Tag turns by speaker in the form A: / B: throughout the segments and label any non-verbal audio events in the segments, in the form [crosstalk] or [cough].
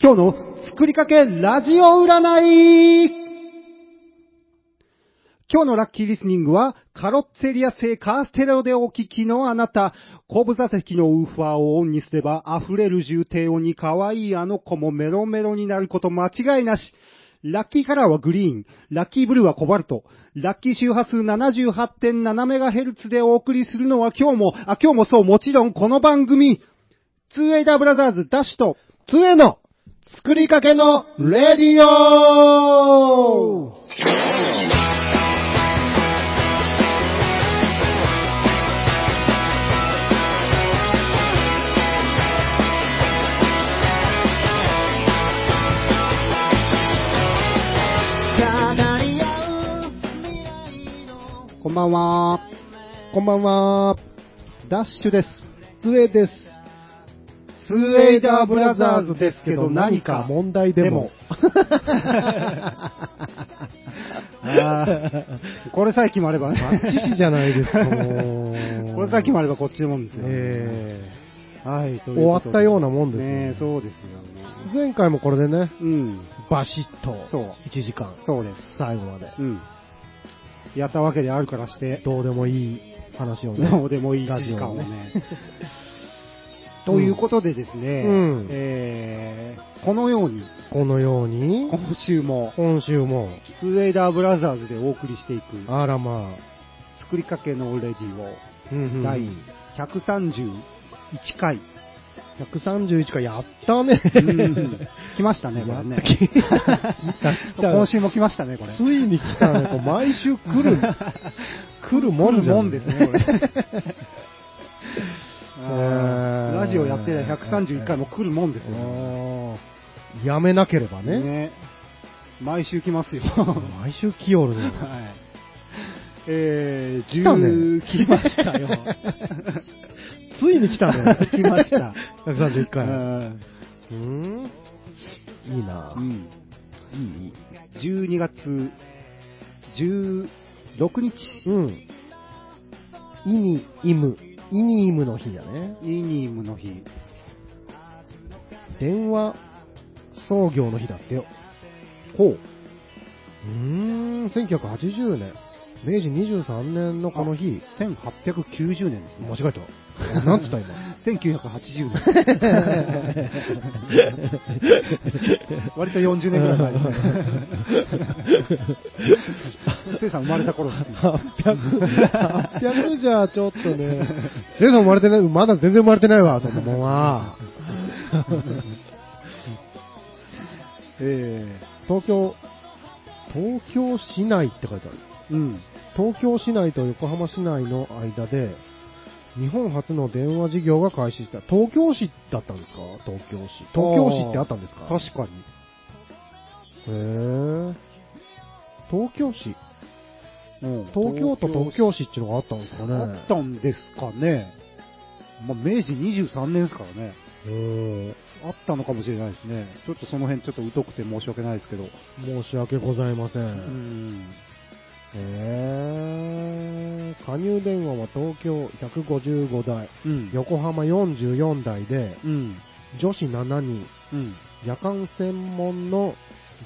A: 今日の作りかけラジオ占い今日のラッキーリスニングは、カロッツェリア製カーステレオでお聞きのあなた、後部座席のウーファーをオンにすれば、溢れる重低音に可愛いあの子もメロメロになること間違いなし。ラッキーカラーはグリーン、ラッキーブルーはコバルト、ラッキー周波数 78.7MHz でお送りするのは今日も、あ、今日もそう、もちろんこの番組、2A ダブラザーズダッシュと、2A の作りかけのレディオこんばんは。
B: こんばんは。
A: ダッシュです。
B: 上です。
A: ツーエイダーブラザーズですけど何か
B: 問題で [laughs] も。
A: あーこれさえ決まればね。
B: バッチシじゃないですか、もう。
A: [laughs] これさえ決まればこっちのもんですよ。
B: え
A: はい、ということで
B: 終わったようなもんですね
A: ね。そうですよ
B: え
A: ね。
B: 前回もこれでね、
A: うん、
B: バシッと、
A: そう
B: 1時間、
A: そうです。
B: 最後まで、
A: うん。やったわけであるからして、
B: どうでもいい話をね。
A: どうでもいい1
B: ラ
A: 時
B: ジオ
A: 間を
B: を
A: ね
B: ね。
A: [laughs] ということでですね、
B: うん
A: えーこのように、
B: このように、
A: 今週も、
B: 今週も、
A: スウェーダーブラザーズでお送りしていく、
B: あらまあ、
A: 作りかけのレディを、
B: うんうん
A: 第131回、
B: 131回やったね。
A: うん [laughs] 来ましたね、これね。 [laughs] 今週も来ましたね、これ
B: [laughs] つ。いに来たね。こう毎週
A: [laughs]
B: 来る、来るもんじゃ
A: 来るもん
B: ん。
A: ですね、これ。あ
B: え
A: ー
B: ー
A: ラジオやってた131回も来るもんですよ。
B: あーやめなければね。
A: ね毎週来ますよ。
B: 毎週来よるね。
A: [laughs] はい。えー、
B: 来たね
A: 10来ましたよ。。
B: ついに [laughs] 来たね
A: 来ま
B: [laughs]
A: した。
B: 131
A: う
B: 回。うんーん。いいな
A: うん
B: いい
A: 12月16日、
B: うん。イニイム。イニイムの日だね。
A: イニームの日。
B: 電話創業の日だってよ。
A: ほう。
B: うーん、1980年。明治23年のこの日。
A: 1890年ですね。
B: 間違えた。なんつった今。
A: [laughs] 1980年。割と40年ぐらい前 [laughs] ですね。せいさん生まれた頃ですね。
B: [laughs] 800, 800じゃちょっとね、ジェイソン生まれてない、まだ全然生まれてないわ、そんなもんは。 [laughs]
A: え
B: 東京、東京市内って書いてある。
A: え [laughs] うん。
B: 東京市内と横浜市内の間で、日本初の電話事業が開始した。東京市だったんですか東京市。東京市ってあったんですか
A: 確かに。
B: へー東京市。
A: うん
B: 東京都東京市っていうのがあったんですかね
A: あったんですかね。まあ、明治23年ですからね。
B: うん
A: あったのかもしれないですね。ちょっとその辺ちょっと疎くて申し訳ないですけど。
B: 申し訳ございませ。
A: うんん。
B: へー加入電話は東京155台、
A: うん。
B: 横浜44台で、
A: うん。
B: 女子7人、
A: うん。
B: 夜間専門の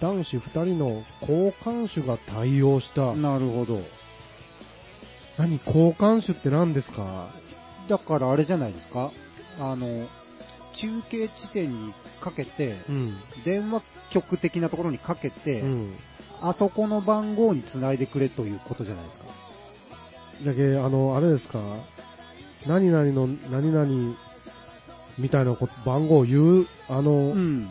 B: 男子2人の交換手が対応した。
A: なるほど。
B: 何、交換手って何ですか
A: だからあれじゃないですか。あの、中継地点にかけて、
B: うん。
A: 電話局的なところにかけ
B: う
A: て、
B: ん。
A: あそこの番号につないでくれということじゃないですか。
B: じゃけ、あの、あれですか何々の、何々、みたいなこ番号を言う、あの、
A: ん。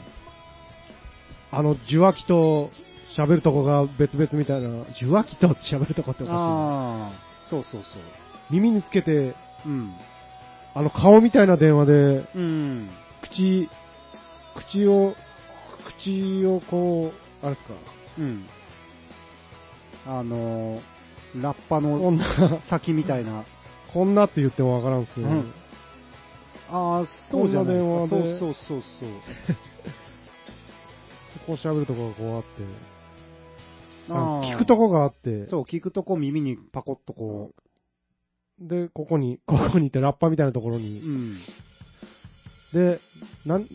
B: あの、受話器と喋るとこが別々みたいな、受話器と喋るとこっておかしいな。
A: ああ、そうそうそ
B: 耳につけて、
A: う。うん。
B: あの、顔みたいな電話で、
A: うん。
B: 口、口を、口をこう、あれですか、
A: うん。あのー、ラッパ
B: こ
A: の
B: んな、
A: 先みたいな。
B: こんなって言ってもわからんすけど、
A: うんああ、そうじゃないですか
B: こんな電話で
A: そうそうそう
B: こう喋るとこがこうあって、
A: そう。
B: あの
A: あー
B: 聞くとこがあって、
A: そう、聞くとこ耳にパコッとこ
B: で、ここに、ここにいてラッパみたいなところ
A: う。う
B: に、
A: ん。
B: で、なん、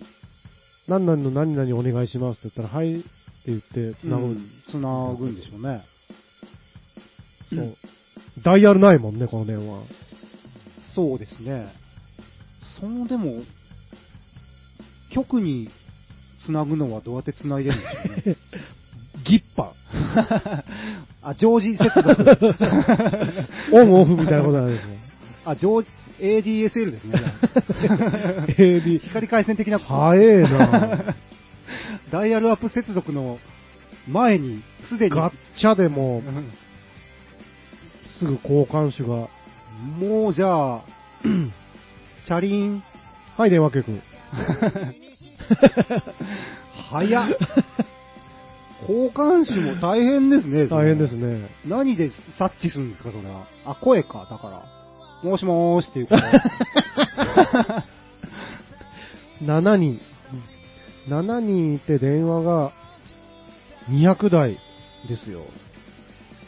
B: 何々の何々お願いしますって言ったら、はいって言って、つなぐ、
A: うんつなぐんでしょうね。
B: そう。ダイヤルないもんね、この電話。
A: そうですね。その、でも、局につなぐのはどうやってつないでるんです
B: [laughs]
A: かね。
B: ギッパ。
A: あ、常時接 [laughs] 続。
B: オンオフみたいなことなんですね。
A: あ、常 ADSL
B: [laughs]
A: ですね。
B: AD。
A: 光回線的なこと
B: 早え [laughs] な
A: [laughs] ダイヤルアップ接続の前に、すでに、
B: ガッチャでも
A: うん
B: すぐ交換手が。
A: もうじゃ
B: [laughs]
A: あ、チャリーン、
B: はい、電話局。
A: 早っ。交換手も大変ですね。そ
B: 大
A: れ
B: 変ですね。
A: 何で察知するんですか、それは。あ、声か、だから。もしもーし
B: [laughs]
A: っていう声。
B: 7人。7人いて電話が200台ですよ。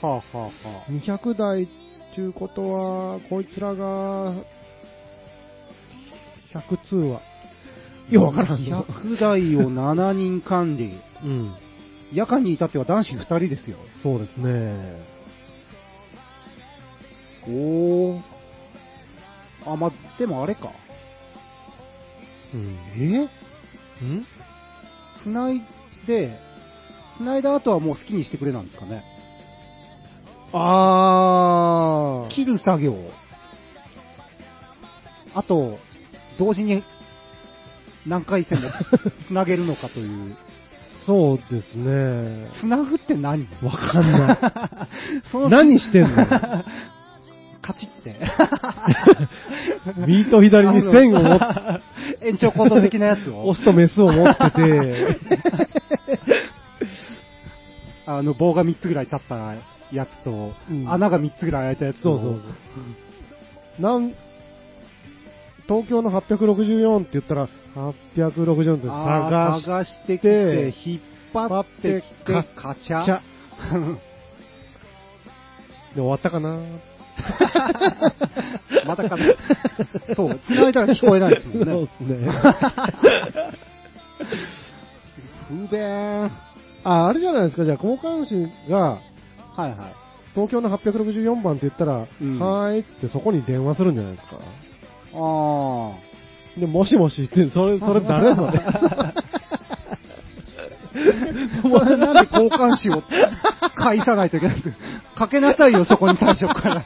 A: はあはあは
B: 200台っていうことは、こいつらが、100通話。
A: あ。
B: よくわからんの。
A: 100台を7人管理。
B: うん。
A: 夜間に至っては男子2人ですよ。
B: そうですね。
A: おー。あ、ま、でもあれか。
B: うん。えん
A: 繋いで、繋いだ後はもう好きにしてくれなんですかね。
B: あー。
A: 切る作業。あと、同時に何回線も
B: [laughs]
A: つ繋げるのかという。
B: そうですね。
A: 繋ぐって何
B: わかんない。
A: [laughs] その
B: 何してんの
A: カチって。
B: 右と [laughs] 左に線を持っ
A: [laughs]
B: て、
A: 延長コード的なやつを
B: オ。スとメスを持って [laughs] て、
A: あの、棒が3つぐらい立ったやつと、
B: うん
A: 穴が3つぐらい開いたやつ
B: そ
A: と。
B: うそうそう。なん、東京の864って言ったら、864って
A: あ
B: 探
A: ー
B: し
A: 探してきて、引っ張ってきて
B: 引っ張って、
A: カチ
B: ち
A: ャ。
B: ゃ。
A: [laughs]
B: で終わったかな
A: またかな。そう、繋いだら聞こえないですもんね。
B: そうですね。
A: 不便。
B: あ、あれじゃないですか、じゃあ、交換士が、
A: はいはい。
B: 東京の864番って言ったら、
A: うん
B: はーいってそこに電話するんじゃないですか。
A: あ
B: で、もしもしって、それ、それ
A: [laughs]
B: 誰のね。
A: あ。それなんで交換詞を返さないといけないんですかかけなさいよ、そこに最初から。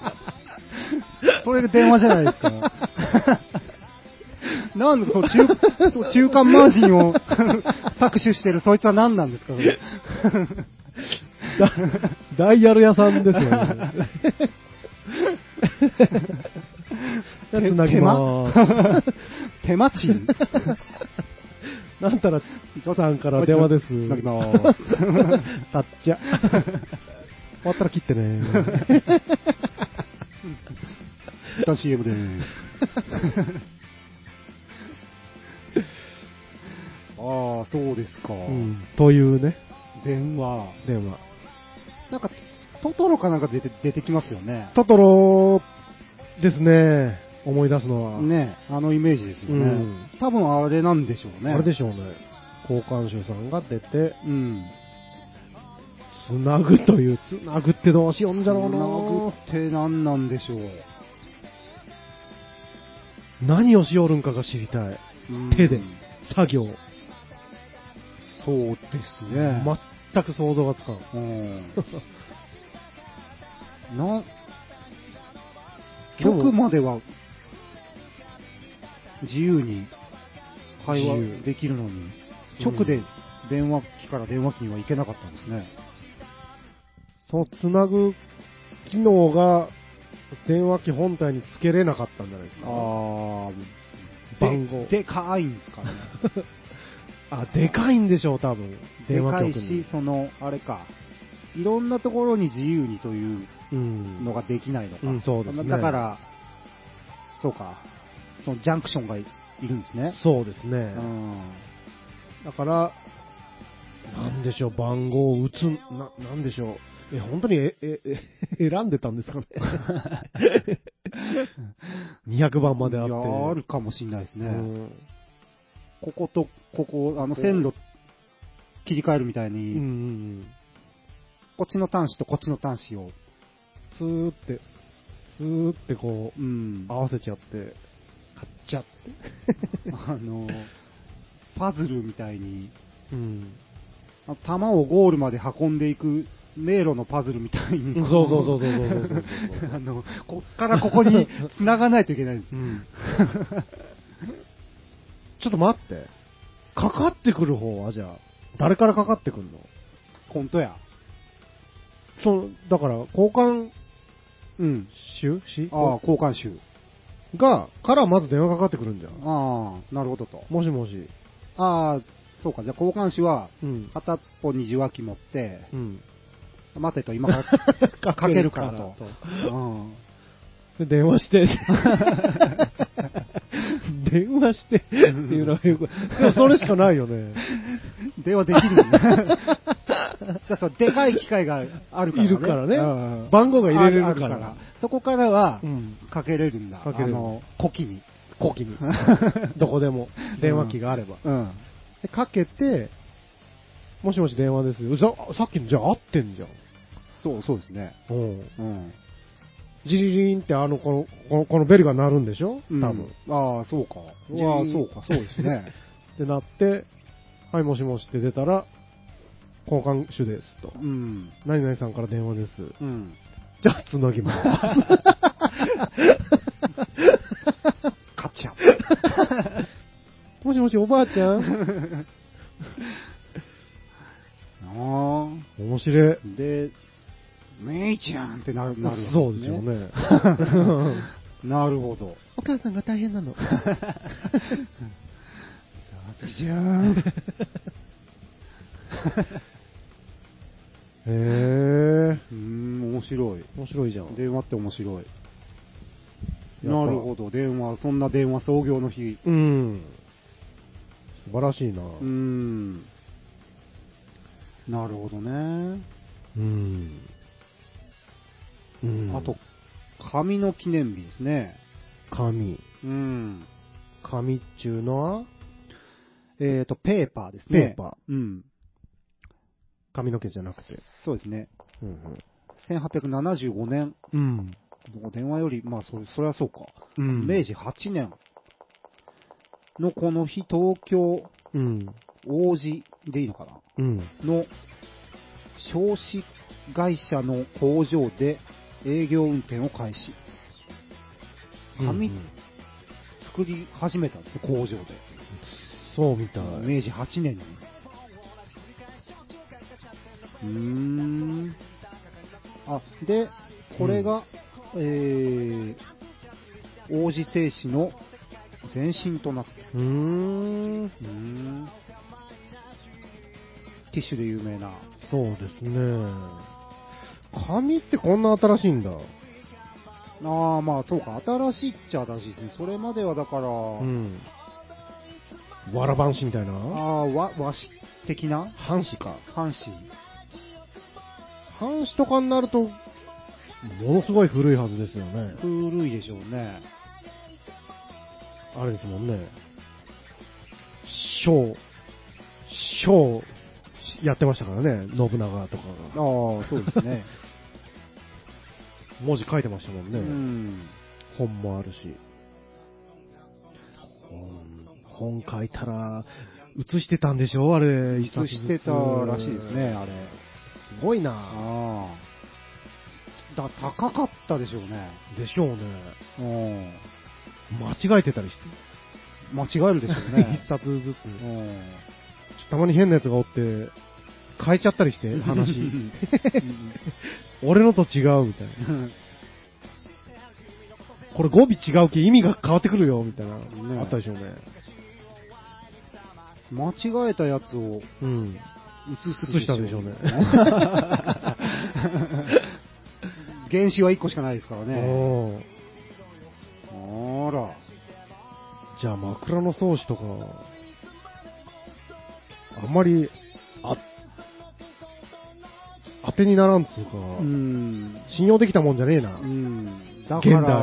A: それが電話じゃないですか。なんで、その中、その中間マージンを [laughs] 搾取してる、そいつは何なんですかそれ
B: だダイヤル屋さん
A: [laughs]
B: ですよね。じゃあ
A: 手
B: 繋
A: 手
B: ぎまー
A: 間 [laughs] 手間賃
B: す。 [laughs] なんたら、さんから電話です。
A: つなぎまーす。
B: [laughs] たっちゃ。終わったら切ってね。
A: [laughs] 一旦 CM でーす。 [laughs] ああ、そうですか。
B: うんというね、
A: 電話。
B: 電話。
A: なんか、トトロかなんか出て出てきますよね。
B: トトロですね、思い出すのは。
A: ねあのイメージですよね。
B: うん
A: 多分あれなんでしょうね。
B: あれでしょうね。交換手さんが出て、
A: うん。
B: つなぐという、つなぐってどうしようんじゃろう
A: つなぐって何なんでしょう。
B: な何をしよるんかが知りたい。
A: うん
B: 手で、作業。
A: そうですね。
B: 全く想像がつかん。
A: うん。な、
B: でも
A: 局までは自由に会
B: 自由
A: 話できるのに、
B: うん
A: 直で電話機から電話機には行けなかったんですね。
B: [laughs] そのつなぐ機能が、電話機本体につけれなかったんじゃないですか。
A: あー、
B: 番号
A: ででかいんですかね。
B: [laughs] あ、でかいんでしょう、多分。
A: で
B: [laughs] 電
A: か
B: 話
A: い
B: 局に。
A: し、その、あれか、いろんなところに自由にという
B: うん。
A: のができないのか。
B: うんそうですね
A: だから、そうか、そのジャンクションがいるんですね。
B: そうですね。
A: うん
B: だから、なんでしょう、番号を打つ、な、なんでしょう。え、本当に、え、え、え、 [laughs] 選んでたんですかね。200番まであって。
A: いやあるかもしれないですね。
B: うん
A: ここと、ここ、あの、線路、切り替えるみたいに、
B: うんうん
A: こっちの端子とこっちの端子を、
B: うん。ツーって、ツーってこう、
A: うん、
B: 合わせちゃって、買っちゃって。
A: [laughs] あの、パズルみたいに、
B: うん。
A: あ球をゴールまで運んでいく迷路のパズルみたいに、
B: そう
A: こ
B: そうそうそうそうそうそうそう
A: [laughs] あの、こっからここ
B: [laughs]
A: に繋がないといけないんです
B: う。
A: [laughs]
B: ん。ちょっと待って。かかってくる方はじゃあ、誰からかかってくるの
A: 本当や。
B: その、だから、交換
A: うん。
B: 手し
A: ああ、交換手。
B: が、からまず電話かかってくるんじゃん。
A: ああ、なるほどと。
B: もしもし。
A: ああ、そうか。じゃあ交換手は、
B: うん。
A: 片っぽに受話器持って、
B: うん。
A: 待てと、今
B: [laughs]
A: からかけるからと。うん
B: で、電話 [laughs] して。電話してっていうのはよく、でもそれしかないよ [laughs] ね。
A: 電話できるよ
B: [laughs]
A: ね。だからでかい機械があるからね。
B: いるからね
A: うん
B: 番号が入れれるから
A: ああそこからは
B: う、ん。
A: かけれるんだ。
B: かけれる
A: あの、古希に。
B: 古希に。どこでも。電話機があれば。
A: うん。
B: でかけて、もしもし電話ですよ。じゃさっきのじゃあ合ってんじゃん。
A: そう、そうですね。
B: うん。
A: うん。
B: ジリリンってあの、この、このこのベルが鳴るんでしょ
A: う
B: 多
A: ん
B: 分。。
A: ああ、そうか。
B: じ
A: ああ、そうか、そうです
B: [laughs]
A: ね。
B: で、鳴って、はい、もしもしって出たら、交換手ですと
A: う。ん。
B: 何々さんから電話です。
A: うん。
B: じゃあ、つなぎます。
A: 勝っちゃう。
B: [laughs] もしもし、おばあちゃん
A: ああ。
B: [laughs] 面白い。
A: で、めいちゃんってなる、なる、
B: そうですよ。ね。
A: [laughs] なるほど。
B: お母さんが大変なの。
A: さつきちゃん。
B: へえ。
A: うーん、面白い。
B: 面白いじゃん。
A: 電話って面白い。
B: やっ
A: な
B: ぱ
A: るほど、電話、そんな電話創業の日。
B: うん。素晴らしいな。
A: うーん。なるほどね。
B: うん。うん
A: あと、、紙の記念日ですね。
B: 紙。
A: うん。
B: 紙っちゅうのは、
A: えっ、と、ペーパーです
B: ペ
A: ね。
B: ーパー。
A: うん。
B: 髪の毛じゃなくて。
A: そうですね。
B: うん。
A: 1875年。
B: うん。
A: もう電話より、まあ、それ、そりゃそうか。
B: うん。
A: 明。治8年のこの日、東京
B: うん。
A: 王子でいいのかな
B: うん。
A: の少子会社の工場で営業運転を開始。紙
B: うん
A: 作り始めたんですね、工場で。
B: そうみたい。
A: 明治8年に。うーん。あ、で、これが、えー、王子製紙の前身となった。
B: うーん。
A: うーん。ティッシュで有名な。
B: そうですね。紙ってこんな新しいんだ。
A: ああ、まあそうか、新しいっちゃ新しいですね。それまではだから、
B: うん。わらばんしみたい
A: あ
B: な
A: あ、和、和紙的な
B: 半紙か。
A: 半
B: 半紙とかになると、ものすごい古いはずですよね。
A: 紙。古いでしょうね。
B: あれですもんね。小、小、やってましたからね、信長とか
A: あ
B: が。
A: あ、そうです
B: [laughs]
A: ね。
B: 文字書いてましたもん
A: う
B: ね。
A: ん。
B: 本もあるし。本、本書いたら、写してたんでしょあれ、一冊
A: 移
B: ずつ
A: してたらしいですね、。あれ。
B: すごいな
A: ああ。だ、高かったでしょうね。
B: でしょうね。
A: うん。
B: 間違えてたりして。
A: 間違えるでしょう [laughs] ね
B: 一。冊ずつ。
A: うん。
B: たまに変なやつがおって、変えちゃったりして、話。俺のと違うみたい
A: う
B: な。
A: ん
B: これ語尾違うけ意味が変わってくるよみたいな、
A: ね
B: あったでしょうね。
A: 間違えたやつを
B: うん。
A: 移す
B: 移したでし [laughs] ょうね
A: [laughs] 原子は1個しかないですからね。
B: [laughs] おー
A: あら。
B: じゃあ枕草子とか、あんまり、あ、当てにならんつうか、
A: うん。
B: 信用できたもんじゃねえな。
A: うん。だから、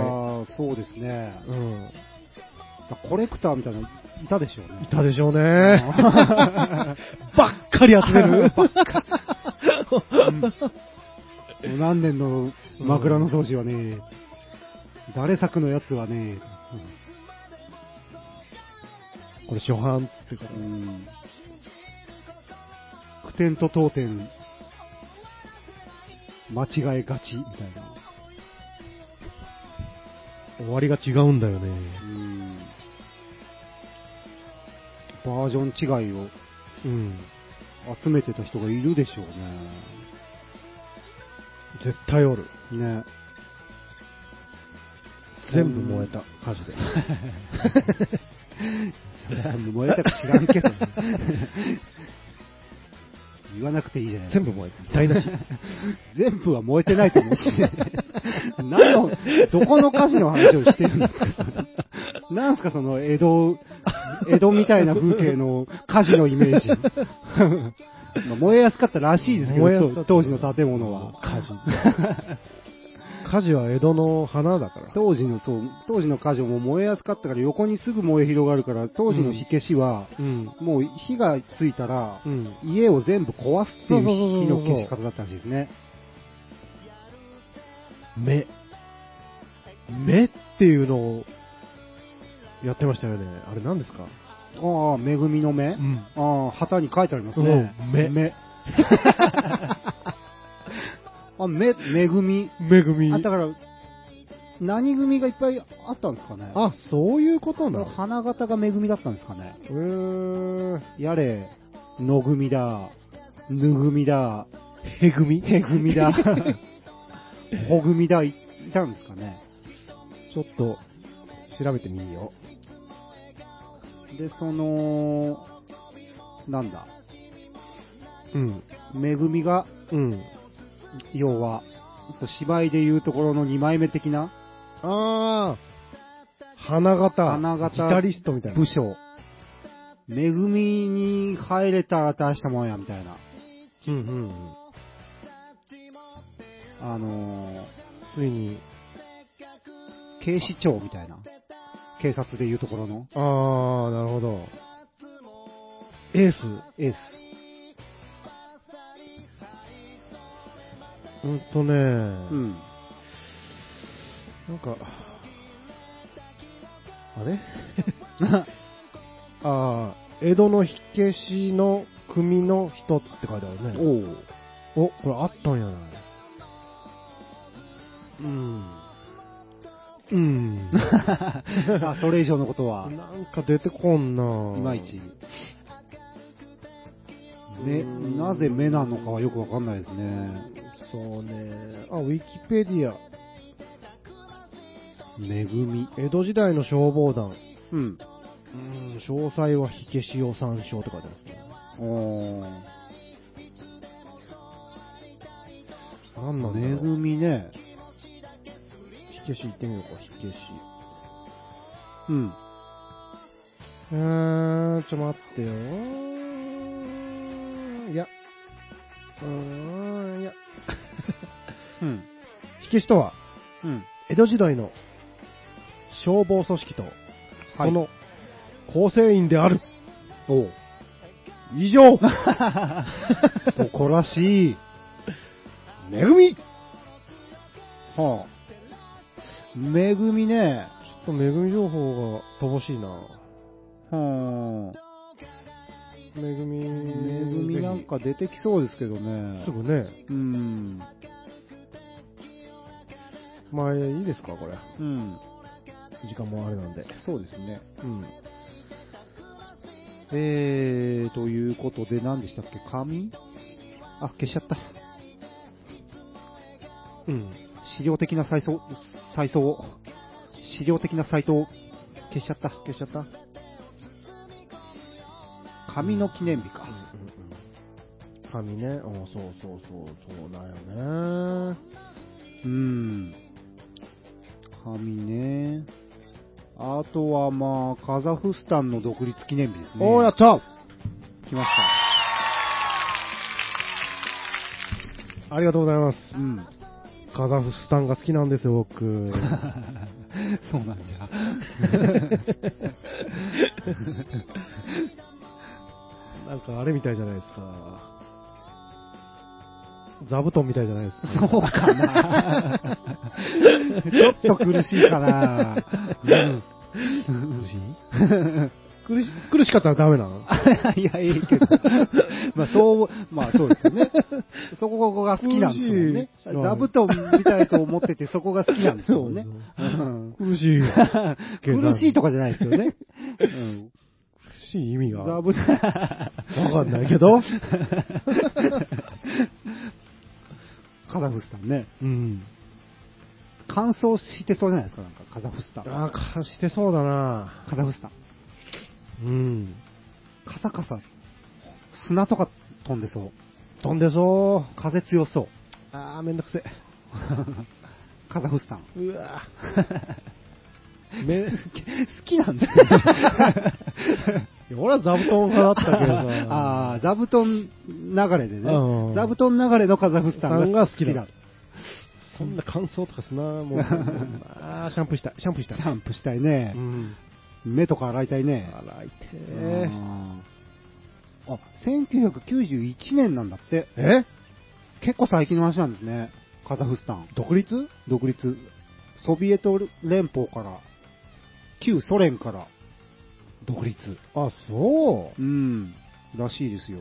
A: そうですね。
B: うん。
A: だコレクターみたいなのいたでしょうね
B: い。たでしょうね。 [laughs] ばっかり集め [laughs] る。
A: もう何年の枕の掃除はね、誰作のやつはね、
B: これ初版ってから
A: う。ん、句点と当点、間違えがちみたいな。
B: 終わりが違うんだよね。
A: うんバージョン違いを
B: うん。
A: 集めてた人がいるでしょ
B: 絶対おる。
A: うね。ね。
B: 全部燃えた、火 [laughs] 事で。
A: それは燃えたか知らんけど、 [laughs] 言わなくていいじゃない
B: 全部燃えた。台無し。
A: 全部は燃えてないと思うし、何の、どこの火事の話をしてるんですか、なんすかその江戸、江戸みたいな風景の火事のイ
B: [laughs]
A: メージ。まあ燃えやすかったらしいですけ
B: 燃えやすか
A: ど
B: っ、た
A: 当時の建物は。
B: 火事。火事は江戸の花だから。
A: 当時の、そう、当時の火事も燃えやすかったから横にすぐ燃え広がるから、当時の火消しは、
B: うん。
A: もう火がついたら
B: う、ん。
A: 家を全部壊すっていう火の
B: そうそうそうそう
A: 消し方だったらしいですね。
B: 目。目っていうのを、やってましたよね。あれ何ですか
A: ああ、恵みの目、
B: ん。
A: ああ、旗に書いてありますね。
B: うん目 [laughs]
A: 目。あ、目、恵み。
B: めぐみ
A: あ、だから、何組がいっぱいあったんですかね。
B: あ、そういうことなの
A: 花形が恵みだったんですかね。
B: えー、
A: やれ、野組だ、ぬ組だ、
B: へぐみ
A: へ組
B: [laughs]
A: だ、ほ組だ、いいたんですかね。
B: ちょっと、調べてみよ
A: で、その、なんだ、
B: う。うん。
A: 恵みが、
B: うん。
A: 要は、そう芝居でいうところの2枚目的な、
B: あー、花形。
A: 花形
B: ギタリストみたいな。
A: 武将。恵みに入れたら大したもんや、みたいな。
B: うんうんうん。
A: あの
B: ついに、
A: ー、警視庁みたいな。警察でいうところの
B: あー、なるほど。エース。
A: エース。
B: うんと
A: [laughs]
B: ね、
A: うん。
B: なんか、あれ [laughs] あー、江戸の火消しの組の一つって書いてあるね。
A: おう
B: お、これあったんやない。うん。うん。
A: [laughs] あ、それ以上のことは、
B: [laughs] なんか出てこんな。
A: いまいち。。目、なぜ目なのかはよくわかんないですね。
B: そうね。あ、ウィキペディア。
A: 恵み。
B: 江戸時代の消防団。
A: うん。
B: うん、詳細は火消しを参照とかで
A: おー。
B: なんなんだ
A: 恵
B: ろう。
A: みね。
B: 火消し行ってみようか、火消し。
A: うん。
B: えー、ちょ待ってよ。いや。うーん、いや。 [laughs]
A: うん。
B: 火消しとは、
A: うん。
B: 江戸時代の消防組織と、
A: はい
B: その構成員である。
A: おう。[laughs]
B: 以上
A: とこらし [laughs] い。
B: めぐみちょ
A: はあ。めぐみね。
B: っとめぐみ情報が乏しいな。
A: はあ。
B: めぐみ、
A: めぐみなんか出てきそうですけどね。
B: すぐね。
A: うん。
B: まあ、いいですか、これ。
A: うん。
B: 時間もあれなんで。
A: そうですね。
B: うん。
A: えー、ということで、何でしたっけ紙あ、消しちゃった。
B: うん。
A: 資料的な再送、再送を。資料的なサイトを消しちゃった。消しちゃった。紙の記念日か。
B: うんうんうん。紙ね。あそうそうそう、そうだよね。
A: うん。紙ね。あとはまあ、カザフスタンの独立記念日ですね。
B: おー、やった
A: 来まし
B: ありがとうございます。
A: た。うん。
B: カザフスタンが好きなんですよ、僕。
A: そうなんじゃ。
B: なんかあれみたいじゃないですか。座布団みたいじゃないですか。
A: そうかな。ちょっと苦しいかな。うん
B: 苦しい苦し苦しかったらダメなの
A: いや、いいけど。まあ、そう、まあ、そうですよね。そこが好きなんですもんね。
B: 苦しい
A: 座布団みたいと思ってて、そこが好きなんですもんね。うん
B: 苦しい。
A: 苦しいとかじゃないですよね。うん
B: 苦しい意味が。
A: 座
B: わ
A: 布団。
B: かんないけど。
A: カザフスタンね。
B: うん。
A: 乾燥してそうじゃないですか、なんか、カザフスタン。
B: あーかしてそうだな
A: カザフスタン。
B: うん。
A: カサカサ、砂とか飛んでそう。
B: 飛んでそ
A: 風強そう。 [laughs]
B: う。あーめんどくせ
A: カザフスタン。
B: え。うわぁ。め、い
A: [laughs] 好きなん
B: [laughs]
A: ですよ。
B: や俺は座布団派だったけど [laughs] さ。
A: ああ、座布団流れでね
B: う。ん
A: 座布団流れのカザフスタンが好き
B: が
A: だ
B: 好。そんな乾燥とかすな、もう。 [laughs] あーシャンプーしたい、シャンプーし
A: シ
B: たい。
A: ャンプーしたいね
B: う。ん。
A: 目とか洗いたいね。
B: 洗いて
A: う
B: ー
A: んあ、1991年なんだって。
B: え
A: 結構最近の話なんですね。カザフスタン。
B: 独立
A: 独立。ソビエト連邦から、旧ソ連から、独立。
B: あ、そう
A: う。ん。らしいですよ。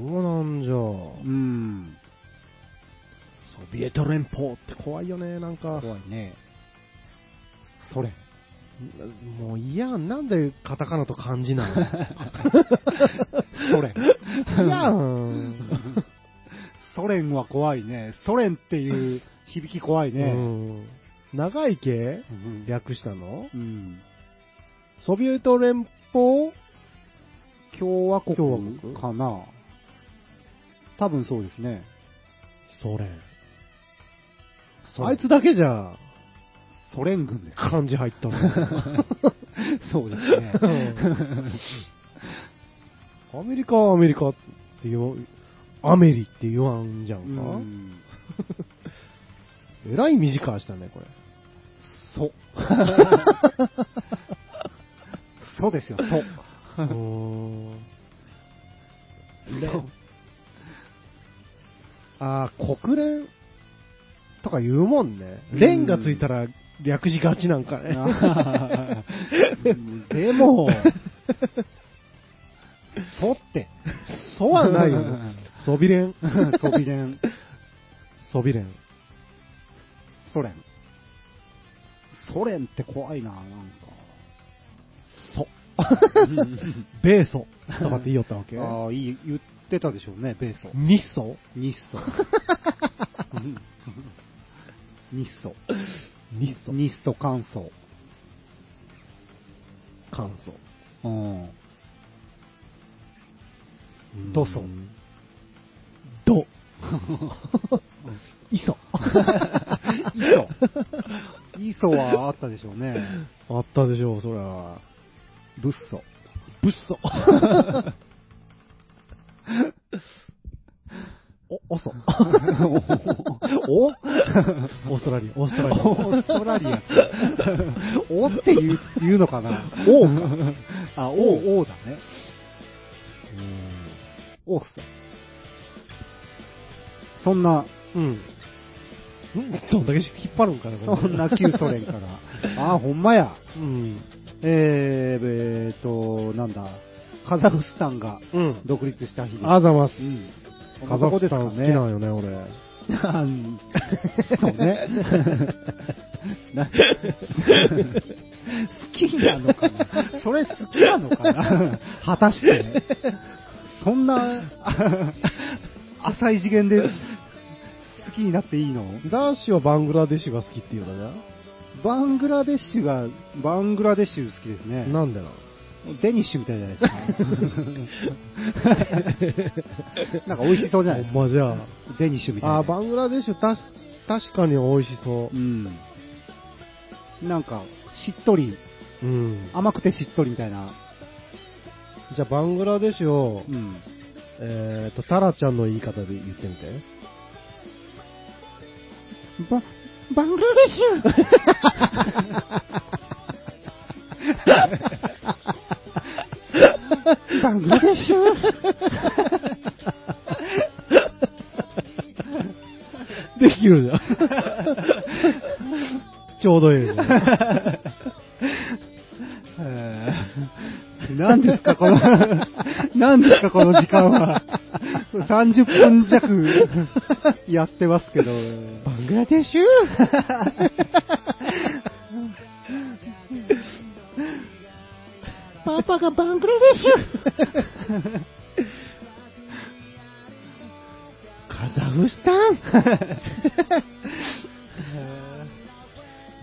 B: そうなんじゃ。
A: うん。
B: ソビエト連邦って怖いよね、なんか。
A: 怖いね。ソ連。
B: もう嫌、なんでカタカナと漢
A: [laughs]
B: 字な
A: [laughs] ソ連。
B: の嫌うん。
A: [laughs] ソ連は怖いね。ソ連っていう響き怖いうね。
B: ん長い系
A: うん
B: 略したの
A: うん。
B: ソビエト連邦
A: 共和国
B: 共和国
A: かな多分そうですね。
B: ソ連。
A: ソ連
B: あいつだけじゃ
A: ソ連軍です。
B: 漢字入っ
A: [laughs]
B: たの。
A: そうです
B: う
A: ね。
B: んアメリカはアメリカって言わん、アメリって言わんじゃ
A: うんん
B: か。えらい短いしたね、これ。
A: ソ。 [laughs] ソですよ、 [laughs] ソ。
B: うーん
A: ソ
B: あー国連とか言うもんね。連がついたら略しがちなんかね。
A: あーでも、ソって。
B: [laughs] そうはないよ。ソビレン。
A: ソビレン、
B: ソビレン。
A: ソ連。ソ連って怖いな、なん [laughs]
B: ソ。
A: か。
B: 米ソとかって言いよったわけ
A: ああ、いい、言ってたでしょうね、ベーソ。
B: 日ソ
A: 日ソ。日ソ。
B: 日ソ。
A: 日ソ乾燥。
B: 関ソ。
A: うん。ドソ
B: うん。 [laughs] ド。
A: イ
B: イソ。
A: ソ。イソはあったでしょうね。
B: あったでしょう、そりゃ。
A: ブッソ。
B: ブッソ。お、オソ。
A: [laughs]
B: [laughs]
A: おオ
B: オーストラリア、オーストラリア。
A: ーストラリア。 [laughs] おって言う言うのかな
B: オ
A: あ、お、おだね。おっそ。そんな、
B: うん。どんだけ引っ張るんかな、こ
A: そ
B: れ
A: んな旧ソ連から。あー、ほんまや。
B: うん。
A: えー、えーと、なんだ、カザフスタンが
B: うん。
A: 独立した日です。
B: あざます
A: う。ん。
B: カザフスタン好きなんんよね、俺。
A: そうね。な [laughs] 好きなのかなそれ好きなのかな果たして。そん [laughs] な、あ浅い次元で好きになっていいの
B: 男子はバングラデシュが好きっていうのね。
A: バングラデシュが、バングラデシュ好きですね。
B: なんでなの
A: デニッシュみたいじゃない [laughs] です [laughs] か。なんか美味しそうじゃないですか。
B: ほんまじゃあ。
A: デニッシュみたいな。
B: あー、バングラデシュたし、確かに美味しそ
A: うん。なんか、しっとり、
B: う。うん。
A: 甘くてしっとりみたいな。
B: じゃあ、バングラデシュを
A: う、ん。
B: え
A: [laughs]
B: っと、タラちゃんの言い方で言ってみて。
A: バ、バングラデシュ [laughs] バングラデシ
C: できるじ
B: [laughs]
C: ゃん。ちょうどいいですね。
A: ュ何ですかこの何ですかこの時間は30分弱やってますけど
C: バングラデシュ
A: パパがバングラデシュ
C: カザフスタン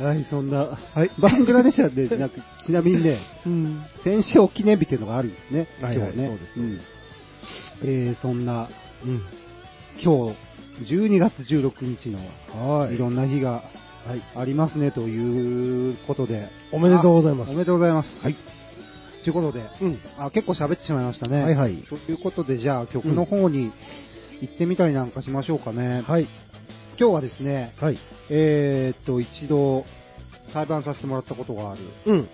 A: はい、そんな、
C: はい
A: バングラデシュ
B: [laughs]
A: で、なんかちなみにね、
C: うん。
A: 戦勝記念日っていうのがあるんですね、
B: はいはい
A: 今日ね。
B: そうです
A: んえーそんな、 [laughs]
C: うん。
A: 今日、12月16日の、
B: はいい。
A: ろんな日が
B: はい。
A: ありますねということで、
B: おめでとうございます
A: あおめでとうございます。
B: はい。
A: ということで、
B: うん。
A: あ結構喋ってしまいましたね。
B: はいはい
A: ということで、じゃあ曲の方に行ってみたりなんかしましょうかね。
B: はい。
A: 今日はですね、
B: はい。
A: えーっと、一度、裁判させてもらったことがある。
B: うん。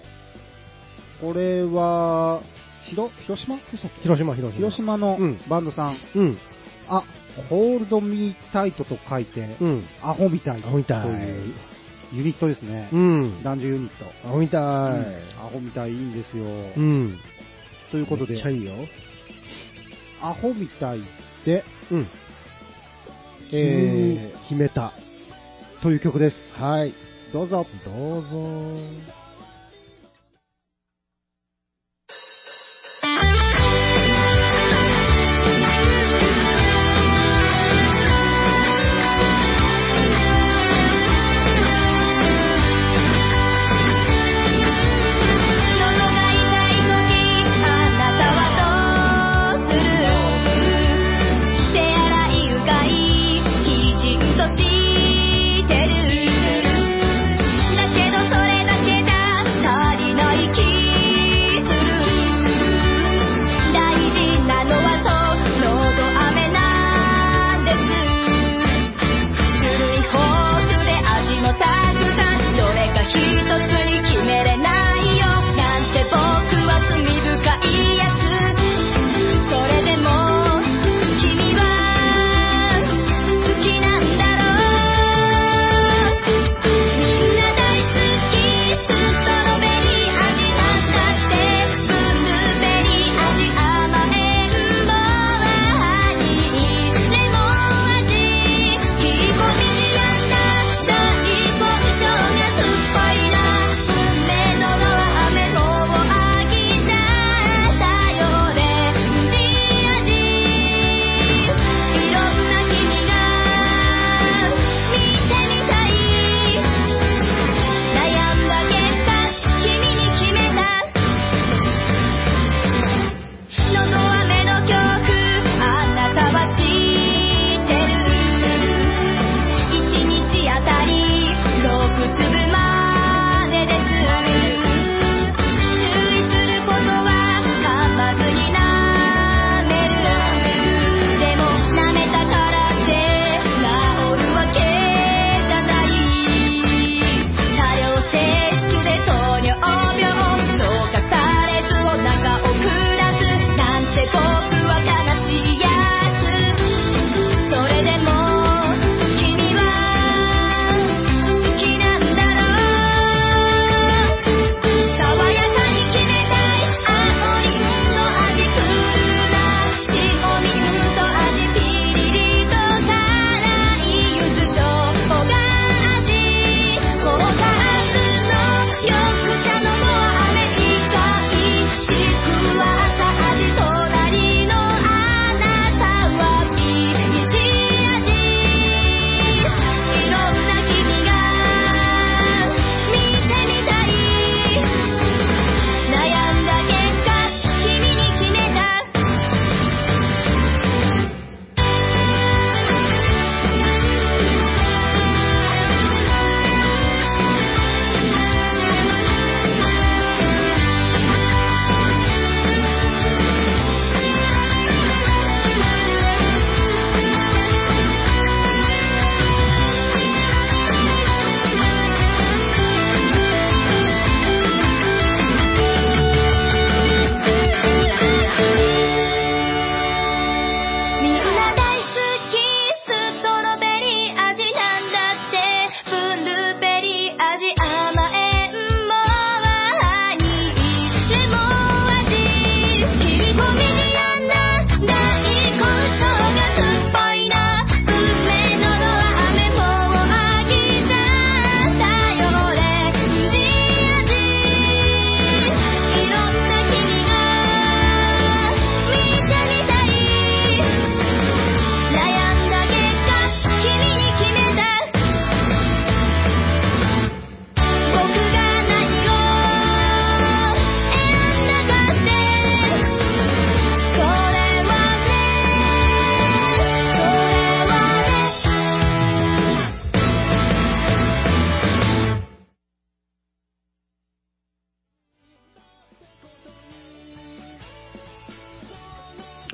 A: これは、ひろ広島でしたっけ
B: 広島、広島。
A: 広。島の
B: うん
A: バンドさん、
B: うん。
A: あ、ホールドミータイトと書いて、
B: うん。
A: アホみたい
B: アホみたい
A: というユニットですね
B: う。ん。
A: 男女ユニット。
B: あ、みた
A: うんアホみたいいいんですよ。
B: い。うん。
A: ということ
B: め
A: で
B: っちゃ、いいよ。
A: アホみたいで、
B: うん。
A: え
B: 君に決めた。
A: ー、という曲です。
B: はい。
A: どうぞ。
B: どうぞ。
D: 喉が痛い時あなたはどうする手洗いうがいきちんとしてるだけどそれだけじゃ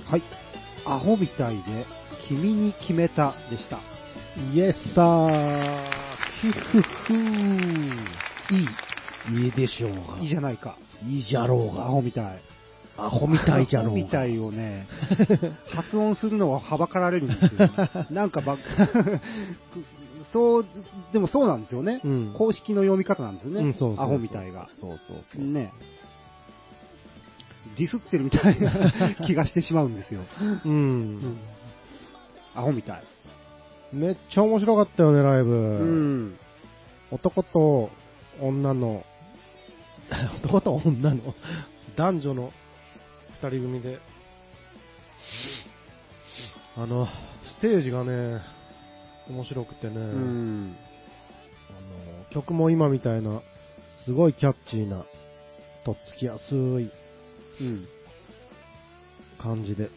B: はい。
A: アホみたいで、君に決めたでした。
B: イエスター。ひふふ
A: い
B: いいでしょうが
A: い、いいじゃないか。
B: いいじゃろう
A: アホみたい。
B: が。アホみたいじゃ
A: ア
B: ろ
A: ホ
B: う
A: みた
B: が。
A: いをね、 [laughs] 発音するのははばかられるんです
B: [laughs]
A: よ。なんかばっ、 [laughs] そう、でもそうなんですよね。
B: うん
A: 公式の読み方なんですよね。
B: うんそうそうそう
A: アホみたいが。
B: そうそうそう。
A: ね。ディスってるみたい
B: [laughs]
A: な気がしてしまうんですよ。
B: う
A: うんん。アホみたい。
B: めっちゃ面白かったよね、ライブ。
A: うん。
B: 男と女の、 [laughs] 男と女の、 [laughs] 男女の二人組で、あの、ステージがね、面白くてね、
A: うん。
B: あの曲も今みたいな、すごいキャッチーな、とっつきやすい
A: うん。
B: 感じで、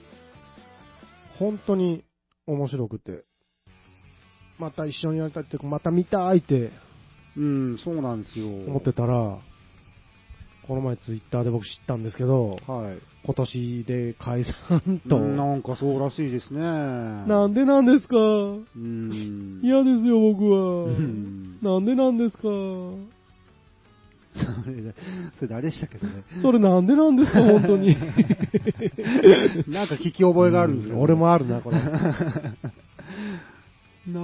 B: 本当に面白くて、また一緒にやりたいっていうか、また見たいって
A: うん、そうなんですよ。
B: 思ってたら、この前ツイッターで僕知ったんですけど、
A: はい。
B: 今年で解散と。
A: なんかそうらしいですね。
B: なんでなんですか
A: うん。
B: 嫌ですよ、僕は
A: うん。
B: なんでなんですか
A: [laughs] それで、それであれでしたけど
B: [laughs]
A: ね。
B: それなんでなんですか、本当に。
A: なんか聞き覚えがあるんですよ、
B: う俺。もあるな、こ
A: [laughs]
B: れ。
A: な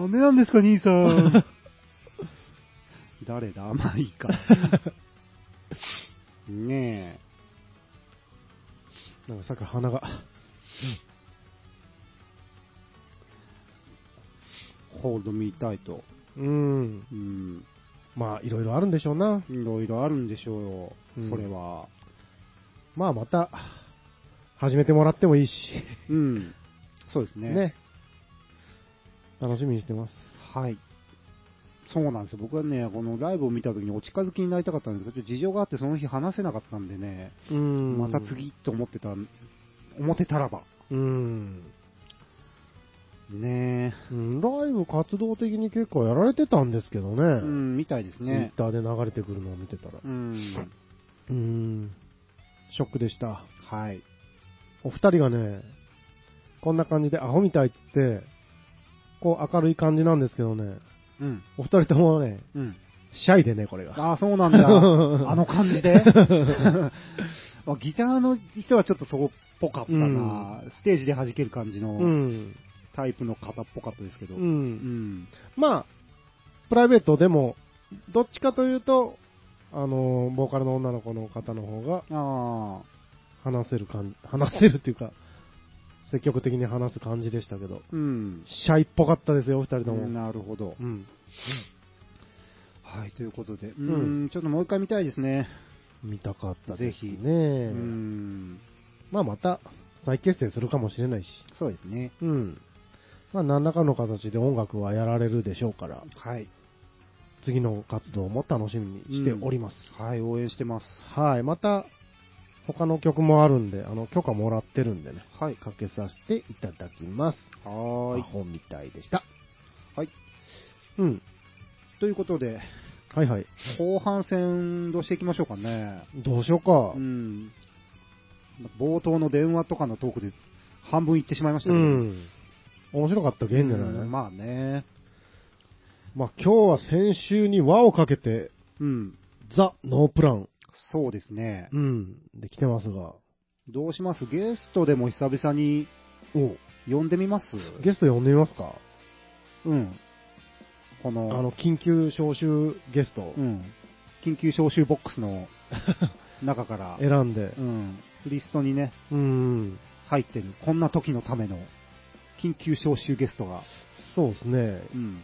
A: んでなんですか、兄さ
B: [laughs]
A: ん。誰だまあいいか。ね
B: [laughs] なんかさっき鼻が。
A: え、ホールド見たいと。
B: うん。
A: うん。
B: まあ、いろいろあるんでしょうな。
A: いろいろあるんでしょうよ、
B: うん
A: それは。
B: まあ、また、始めてもらってもいいし。
A: うん。そうですね。
B: ね。楽しみにしてます。
A: はい。そうなんですよ。僕はね、このライブを見た時にお近づきになりたかったんですけど、ちょっと事情があってその日話せなかったんでね、
B: うん
A: また。次と思ってた、思ってたらば。
B: うん。
A: ね
B: うんライブ活動的に結構やられてたんですけどね。
A: え。うん、みたいです
B: ツイッ
A: ね。
B: ターで流れてくるのを見てたら。
A: うん。
B: うーん。ショックでした。
A: はい。
B: お二人がね、こんな感じでアホみたいっつって、こう明るい感じなんですけどね、
A: うん。
B: お二人ともね、
A: うん。
B: シャイでね、これが。
A: ああ、そうなんだ。 [laughs] あの感じで。 [laughs] まあギターの人はちょっとそうっぽかったな。ステージで弾ける感じ
B: う
A: の
B: ん。
A: タイプの方っぽかったですけど。
B: う
A: うん。
B: ん。まあ、プライベートでも、どっちかというと、あの、ボーカルの女の子の方の方が
A: ああ。
B: 話せる感じ、話せるっていうか、積極的に話す感じでしたけど、
A: うん。
B: シャイっぽかったですよ、お二人とも。
A: なるほど。
B: うん。
A: はい、ということで、うー
B: ん
A: ん、ちょっともう一回見たいですね。
B: 見たかった
A: ぜ
B: です
A: ひ
B: ね。
A: うーん、
B: まあまた再結成するかもしれないし、
A: そうですね。
B: うん。まあ何らかの形で音楽はやられるでしょうから、
A: はい、
B: 次の活動も楽しみにしております。
A: はい、応援してます。
B: はい。また、他の曲もあるんで、あの、許可もらってるんでね、
A: はい、
B: かけさせていただきます。
A: はー
B: ア
A: い。
B: ホみたいでした。
A: はい。
B: うん。
A: ということで、
B: はいはい。
A: 後半戦、どうしていきましょうかね。
B: どうしようか
A: う。ん、冒頭の電話とかのトークで半分言ってしまいました
B: う
A: けど、
B: ん。面白かったゲームじゃない、
A: うん
B: ま
A: まあね、
B: あ今日は先週に輪をかけて、
A: うん、
B: ザ・ノープラン。
A: そうですね。
B: うん。できてますが。
A: どうしますゲストでも久々に
B: お
A: 呼んでみます
B: ゲスト呼んでみますか
A: うん。こ
B: あ
A: の、
B: の、緊急招集ゲスト
A: うん、緊急招集ボックスの中から、
B: [laughs] 選んで
A: う。ん、リストにね、
B: うん。
A: 入ってる、こんな時のための緊急招集ゲストが、
B: そうですね。
A: うん、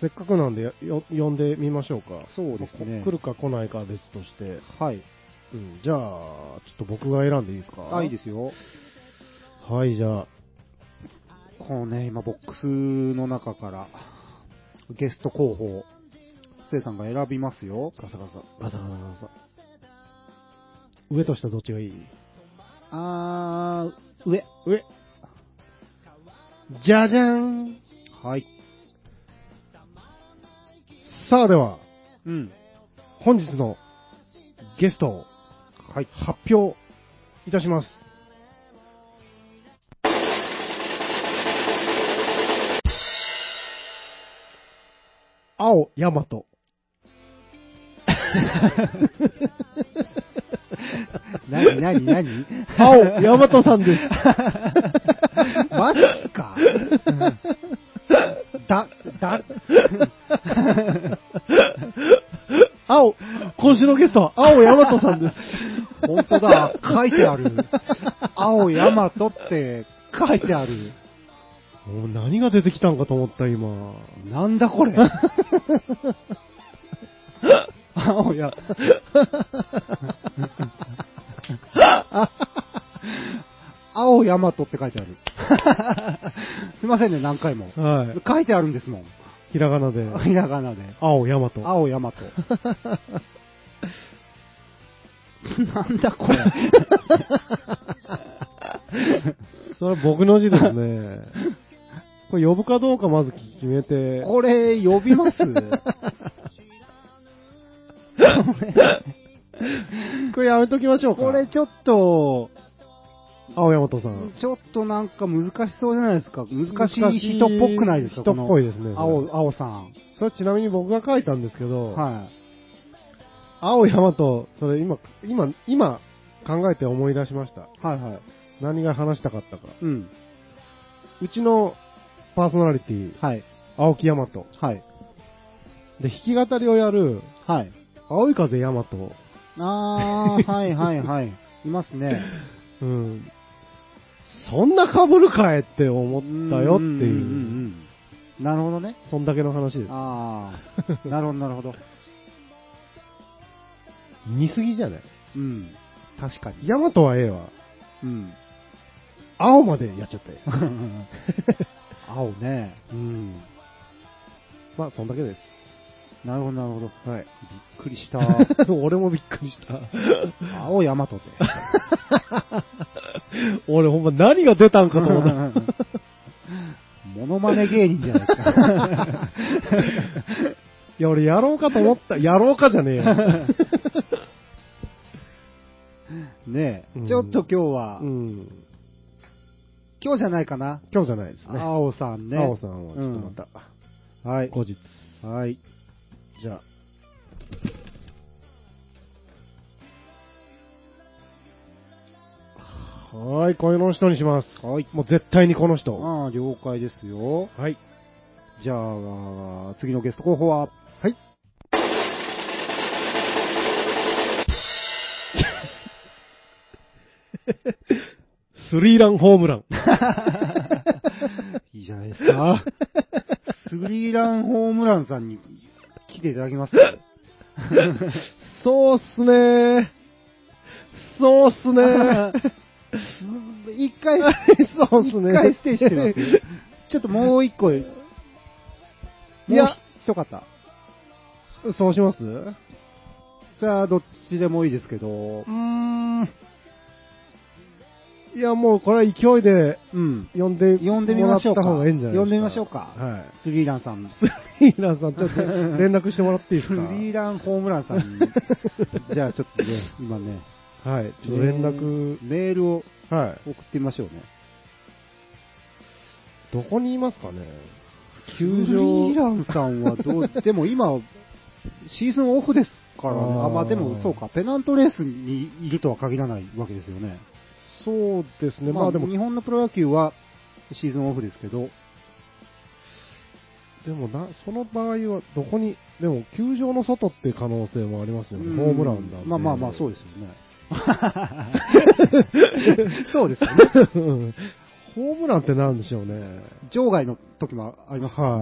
B: せっかくなんで、よ、呼んでみましょうか。
A: そうですね
B: こ来るか来ないかは別として。
A: はい、
B: うん。じゃあ、ちょっと僕が選んでいいですか。
A: あいいですすよ、
B: はい、じゃあ。
A: このね、今、ボックスの中から、ゲスト候補を、せいさんが選びますよ、
B: ガサガサ。ガサガサガサ。上と下どっちがいい
A: あー、上、
B: 上。じゃじゃん
A: はい、
B: さあでは、
A: うん、
B: 本日のゲストを
A: はい。
B: 発表いたします。青、ヤマト。
A: なになにな [laughs] に
B: 青、ヤマトさんです。
A: マジか。だ、だ、
B: 青、 [laughs] 今週のゲストは青、ヤマトさんです。
A: 本当だ、書いてある。青山とって書いてある。
B: [laughs] もう何が出てきたんかと思った、今。
A: なんだ [laughs] これ。青や。青山とって書いてある。すいませんね、何回も。
B: はい。
A: 書いてあるんですもん。
B: ひらがな [laughs] で。
A: ひらがなで。
B: 青、ヤマト。
A: 青山と。なんだこれ。
B: それは僕の字ですね。 [laughs] これ呼ぶかどうかまず決めて。
A: これ、呼びます
B: これやめときましょうか。
A: これちょっと、
B: 青山とさん。
A: ちょっとなんか難しそうじゃないですか。難しい人っぽくないですか
B: 人っぽいです
A: こ
B: ね。
A: の青、青さん。
B: それちなみに僕が書いたんですけど、
A: は
B: 青山と、それ今、今、今考えて思い出しました。
A: い。はいはい。
B: 何が話したかったか。
A: うん。
B: うちのパーソナリティ、
A: はい。
B: 青木山と。
A: はい。
B: で、弾き語りをやる、
A: はい。
B: 青い風山と。
A: あ
B: [laughs]
A: ー、はいはいはい。いますね。
B: うん。そんな被るかえって思ったよって
A: んん
B: いう。
A: んうんなるほどね。
B: そんだけの話です。
A: あー。なるほどなるほど。
B: 似すぎじゃない
A: うん。確かに。
B: ヤマトはええわ。 [laughs]
A: うん。
B: 青までやっちゃったよ。
A: 青ね。
B: うん。まあ、そんだけです。 [laughs]
A: なるほどなるほど。
B: はい。
A: びっくり
B: [laughs]
A: した。
B: 俺もびっくりした。
A: 青
B: [laughs]
A: 山とで。
B: 俺ほんま何が出たんかと思った。
A: [laughs] モノマネ芸人じゃないですか。
B: いや、俺やろうかと思 [laughs] った。やろうかじゃねえよ。
A: [laughs]
B: [laughs]
A: ね
B: うん
A: え、ちょっと今日は、
B: うん。
A: 今日じゃないかな。
B: 今日じゃないですね。
A: 青さんね。
B: 青さんはちょっとまた、
A: はい。
B: 後日。
A: はい。
B: じゃあ。はーい、この人にします。
A: はい。
B: もう絶対にこの人。
A: ああ、了解ですよ。
B: はい。
A: じゃあ、次のゲスト候補は、
B: [laughs] はい。スリーランホームラン。
A: いいじゃないですか。 [laughs] スリーランホームランさんに来ていただきますか。
B: そうっすねー。そうっすねー。
A: 一回、
B: そうっす
A: 一
B: ね
A: 回ステイしてます。ちょっともう一個、もう
B: いや
A: 一方。
B: そうします
A: じゃあ、どっちでもいいですけど
B: う、ーん。いや、もうこれは勢いで
A: うん。
B: 呼んで、
A: 呼んでみましょうか。
B: もらった方がいいんじゃない
A: 呼んでみましょうか。
B: は
A: スリーランさん。
B: い。ヒーラーさん、ちょっと連絡してもらっていいで
A: ス
B: す
A: リー
B: か
A: ランホームランさんに。じゃあ、ちょっとね、 [laughs] 今ね、
B: はい。ちょっと連絡、
A: メールを
B: はい。
A: 送ってみましょうね。
B: どこにいますかね
A: 球場。ス
B: 球
A: リー
B: 場。
A: ランさんはどう、でも今、シーズンオフですからね。あ
B: あー
A: まあでもそうか、ペナントレースにいるとは限らないわけですよね。
B: そうですね。まあでも、
A: 日本のプロ野球はシーズンオフですけど、
B: でもな、その場合はどこに、でも球場の外って可能性もありますよね。ホームランだ。
A: まあまあまあ、そう
B: で
A: ですよ [laughs] ね。そうですよね。
B: す。 [laughs] ホームランってなんでしょうね。
A: 場外の時もありますからね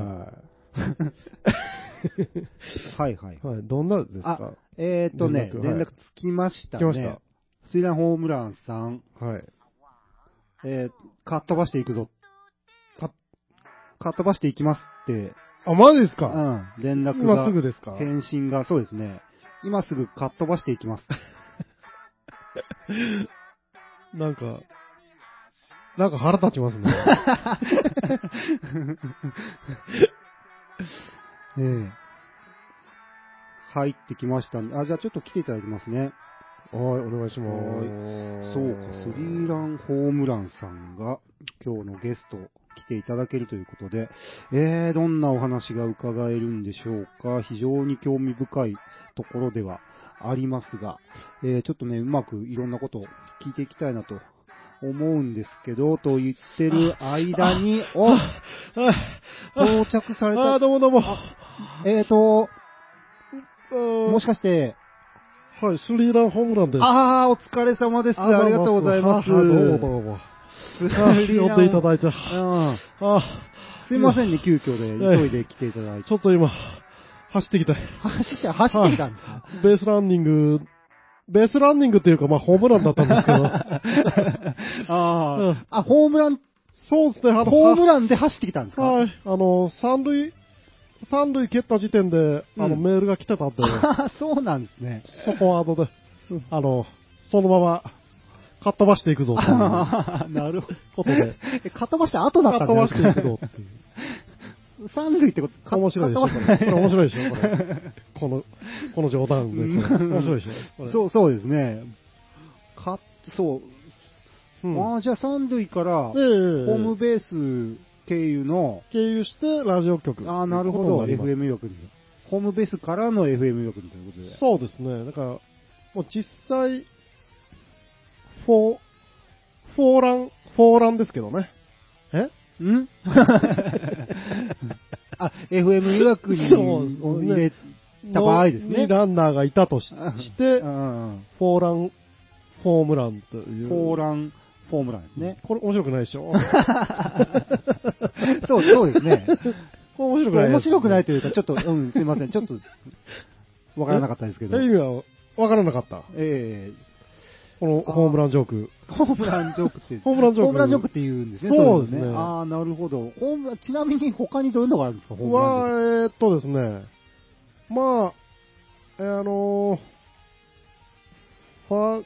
B: は
A: はいはい
B: い。。はい。どんなですか
A: えっ、ー、とね、
B: 連絡はい
A: 連絡つきました
B: 来まし
A: ね。スリランホームランさん、
B: た。はい。
A: えー、かっ飛ばしていくぞ。か、かっ飛ばしていきますって、
B: あ、マジです
A: う
B: か
A: ん、連絡
B: 今
A: が
B: す、ぐですか
A: 返信が、そうですね。今すぐかっ飛ばしていき
B: [laughs]
A: ます。
B: なんか、なんか腹立
A: [laughs]
B: ちますね。
A: ええ入ってきましたんで、あ、じゃあちょっと来ていただきますね。
B: はい、お願いしま
A: は
B: す。
A: そうか、スリーランホームランさんが今日のゲスト来ていただけるということで、えー、どんなお話が伺えるんでしょうか。非常に興味深いところではありますが、えー、ちょっとね、うまくいろんなことを聞いていきたいなと思うんですけど、と言ってる間に、お到着され
B: [laughs]
A: た
B: あー、。どうもどうも。は
A: えーと、もしかして、
B: い、スリーランホームランです。
A: あー、お疲れ様です。ありがとうございます。
B: あどうもどうも。
A: ス
B: あ呼ん
A: リラン
B: でいただいて。
A: うん
B: あ
A: すいませんね、急遽
B: え
A: で、
B: え
A: 急いで来ていただいて。
B: ちょっと今、走ってきた。
A: 走って、走ってきたんですか
B: ベースランニング、ベースランニングっていうか、まあ、ホームランだったんで
A: [laughs]
B: すけど。
A: [laughs] あー
B: うん
A: あ、ホームラン、
B: そうですね、あの、
A: ホームランで走ってきたんですか
B: はい、あの、三塁、三塁蹴った時点で、あの、
A: うん
B: メールが来てたんで、
A: あー [laughs] そうなんですね。
B: そこはあのね、あの、そのまま、かっ飛ばしていくぞ、という
A: あー [laughs] なるほど。
B: [laughs] ことで、
A: え、かっ飛ばした後だ
B: か
A: っ
B: った
A: ん
B: 飛
A: じゃな
B: ば
A: い
B: していく
A: です
B: ぞ
A: か。
B: っていう。
A: 三塁ってこと、か
B: 面白いでしょ、こ
A: かっ飛ば
B: れ。これ面白いでしょ、
A: [laughs]
B: これ。この、この冗談で、これ面白いでしょこれ。
A: そう、そうですね。か、そう。
B: うん。
A: ああ、じゃあ三塁から、
B: ええ
A: ホームベース経由の、
B: 経由して、ラジオ局。
A: ああ、なるほど、
B: ということにな
A: FM
B: り
A: 予約に。ホームベースからの FM 予約ということで
B: ます。そうですね。だから、もう実際、フォー、フォーラン、フォーランですけどね。え
A: ん [laughs] あ、FM 予約に
B: そうですね
A: 入れた場合ですね
B: に。ランナーがいたとしして、
A: う
B: フ
A: んうん
B: ォーラン、ホームランという。
A: フォーラン、フォームランですね。
B: これ面白くないでしょ
A: [laughs] そう、そうですね。
B: これ面白くない
A: [laughs] 面白くないいというか、ちょっと、うん、すいません、ちょっと、わからなかったですけ
B: 意
A: ど。
B: 味は分からなかった。
A: え
B: このホームランジョーク。
A: えホームランジョークって、
B: ホームランジョーク
A: ホームランジョークって言うんですね。
B: そう
A: いの
B: ですね
A: ああ、なるほど。ホームランちなみに他にどういうのがあるんですか、ホームラン
B: は、
A: ジョーク。
B: えーっとですね、まあ、えーあのーファ、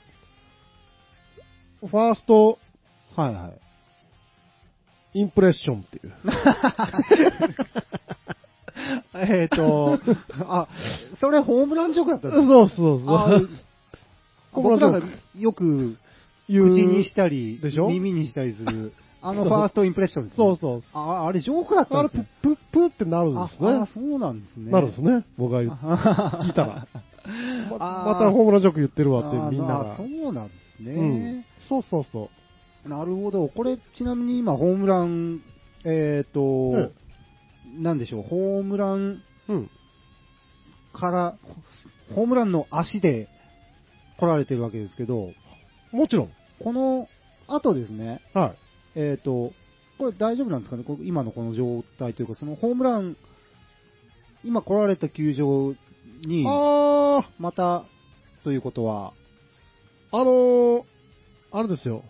B: ファースト
A: はいはい。
B: インプレッションっていう。
A: えっ、と、 [laughs] あ、それホームランジョークだったんですか
B: そうそう
A: あー
B: ホー
A: 僕
B: ムランジョ
A: ら
B: ーク
A: がよく
B: 言う
A: 口にしたり
B: でしょ、
A: 耳にしたりする、あのファーストインプレッションです、ね。
B: そうそう。
A: ああれ、ジョークだった
B: あ
A: ん
B: れ、
A: です
B: プッ
A: ね。
B: プップッってなるんで
A: あ
B: す
A: あ
B: ね。
A: そうなんですね。
B: なるんです
A: [laughs]
B: ね。僕が言う。
A: 聞
B: いたら。ま
A: あー
B: またホームランジョーク言ってるわって、みんな
A: あ
B: が
A: そ。うなんです
B: う
A: ね
B: ん。そうそうそう。
A: なるほど。これ、ちなみに今、ホームラン、えっ、と、なんでしょう、ホームラン
B: うん。
A: から、ホームランの足で来られてるわけですけど、
B: もちろん。
A: この後ですね、
B: はい。
A: えっ、と、これ大丈夫なんですかね、こ今のこの状態というか、そのホームラン、今来られた球場に、
B: あー、
A: またということは、
B: あのー、あれですよ。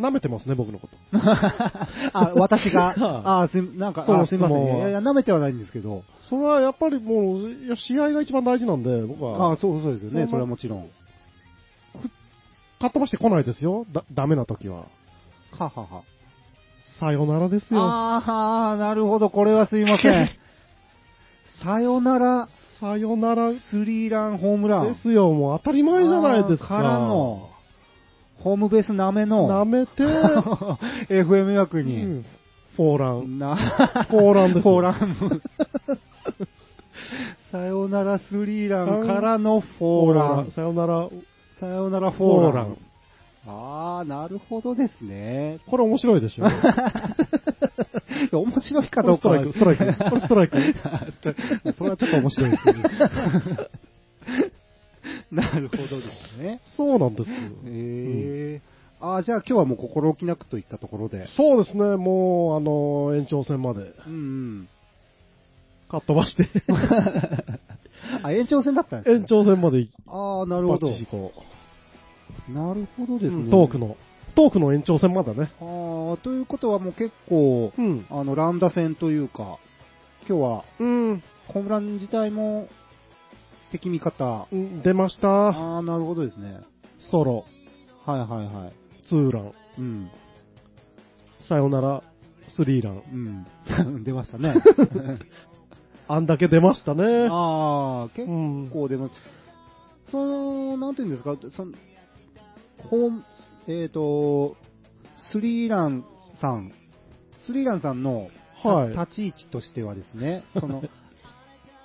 B: 舐めてますね、僕のこと。、
A: [laughs] あ私が
B: は
A: あすいなんか、
B: そう
A: あすいません、
B: 質問はい
A: やいや、舐めてはないんですけど、
B: それはやっぱりもう、いや試合が一番大事なんで、僕
A: あ
B: は、
A: そうそうですよ
B: ほん
A: ね、
B: ま
A: それはもちろん。
B: かっ飛ばしてこないですよ。だ、ダメな時は。
A: ははは。
B: さよならですよ。
A: あー、なるほど、これはすいませ [laughs] ん。さよなら、
B: さよならで
A: スリーランホームラン。
B: すよ。もう当たり前じゃないですか。
A: あーからの、ホームベースなめの、
B: 舐めて、う
A: [laughs] FM 枠に。
B: んフォーラン。
A: な、
B: フォーランですよ
A: フォーラン。さよならスリーランからのフォーラン。
B: さよなら、
A: さよならフォ
B: ォ
A: ー
B: ー
A: ラ
B: ラ
A: ン
B: ン。
A: ああ、なるほどですね。
B: これ面白いで
A: [laughs]
B: しょ。
A: いや面白いかどうかは
B: これストライクストライクこれストライク
A: [laughs] それはちょっと面白いですね。なるほどですね。
B: [laughs] そうなんですよ。
A: えーああ、じゃあ今日はもう心置きなくといったところで。
B: そうですね、もう、あの、延長戦まで、
A: うんうん。
B: かっ飛ばして、 [laughs]
A: [laughs] あ、延長戦だったんです
B: 延
A: ね。
B: 長戦まで一
A: ああ、なるほど。
B: 発こ
A: なるほど
B: う、
A: ですね。
B: トークの、トークの延長戦までね。
A: ああ、ということはもう結構、
B: うん。
A: あの、ランダ戦というか、今日は
B: うん。
A: ホームラン自体も敵味方。
B: 出ました。
A: ああ、なるほどですね。
B: ソロ、
A: はいはいはい。
B: ツーラン、
A: うん。
B: さよなら、スリーラン。
A: うん。 [laughs] 出ました
B: [laughs]
A: ね。
B: あんだけ出ましたね。
A: ああ、
B: う
A: 結
B: ん。
A: 構出ます。その、なんていうんですか、その、ホーム、えっ、と、スリーランさん、スリランさんの、
B: はい
A: 立ち位置としてはですね、その、 [laughs]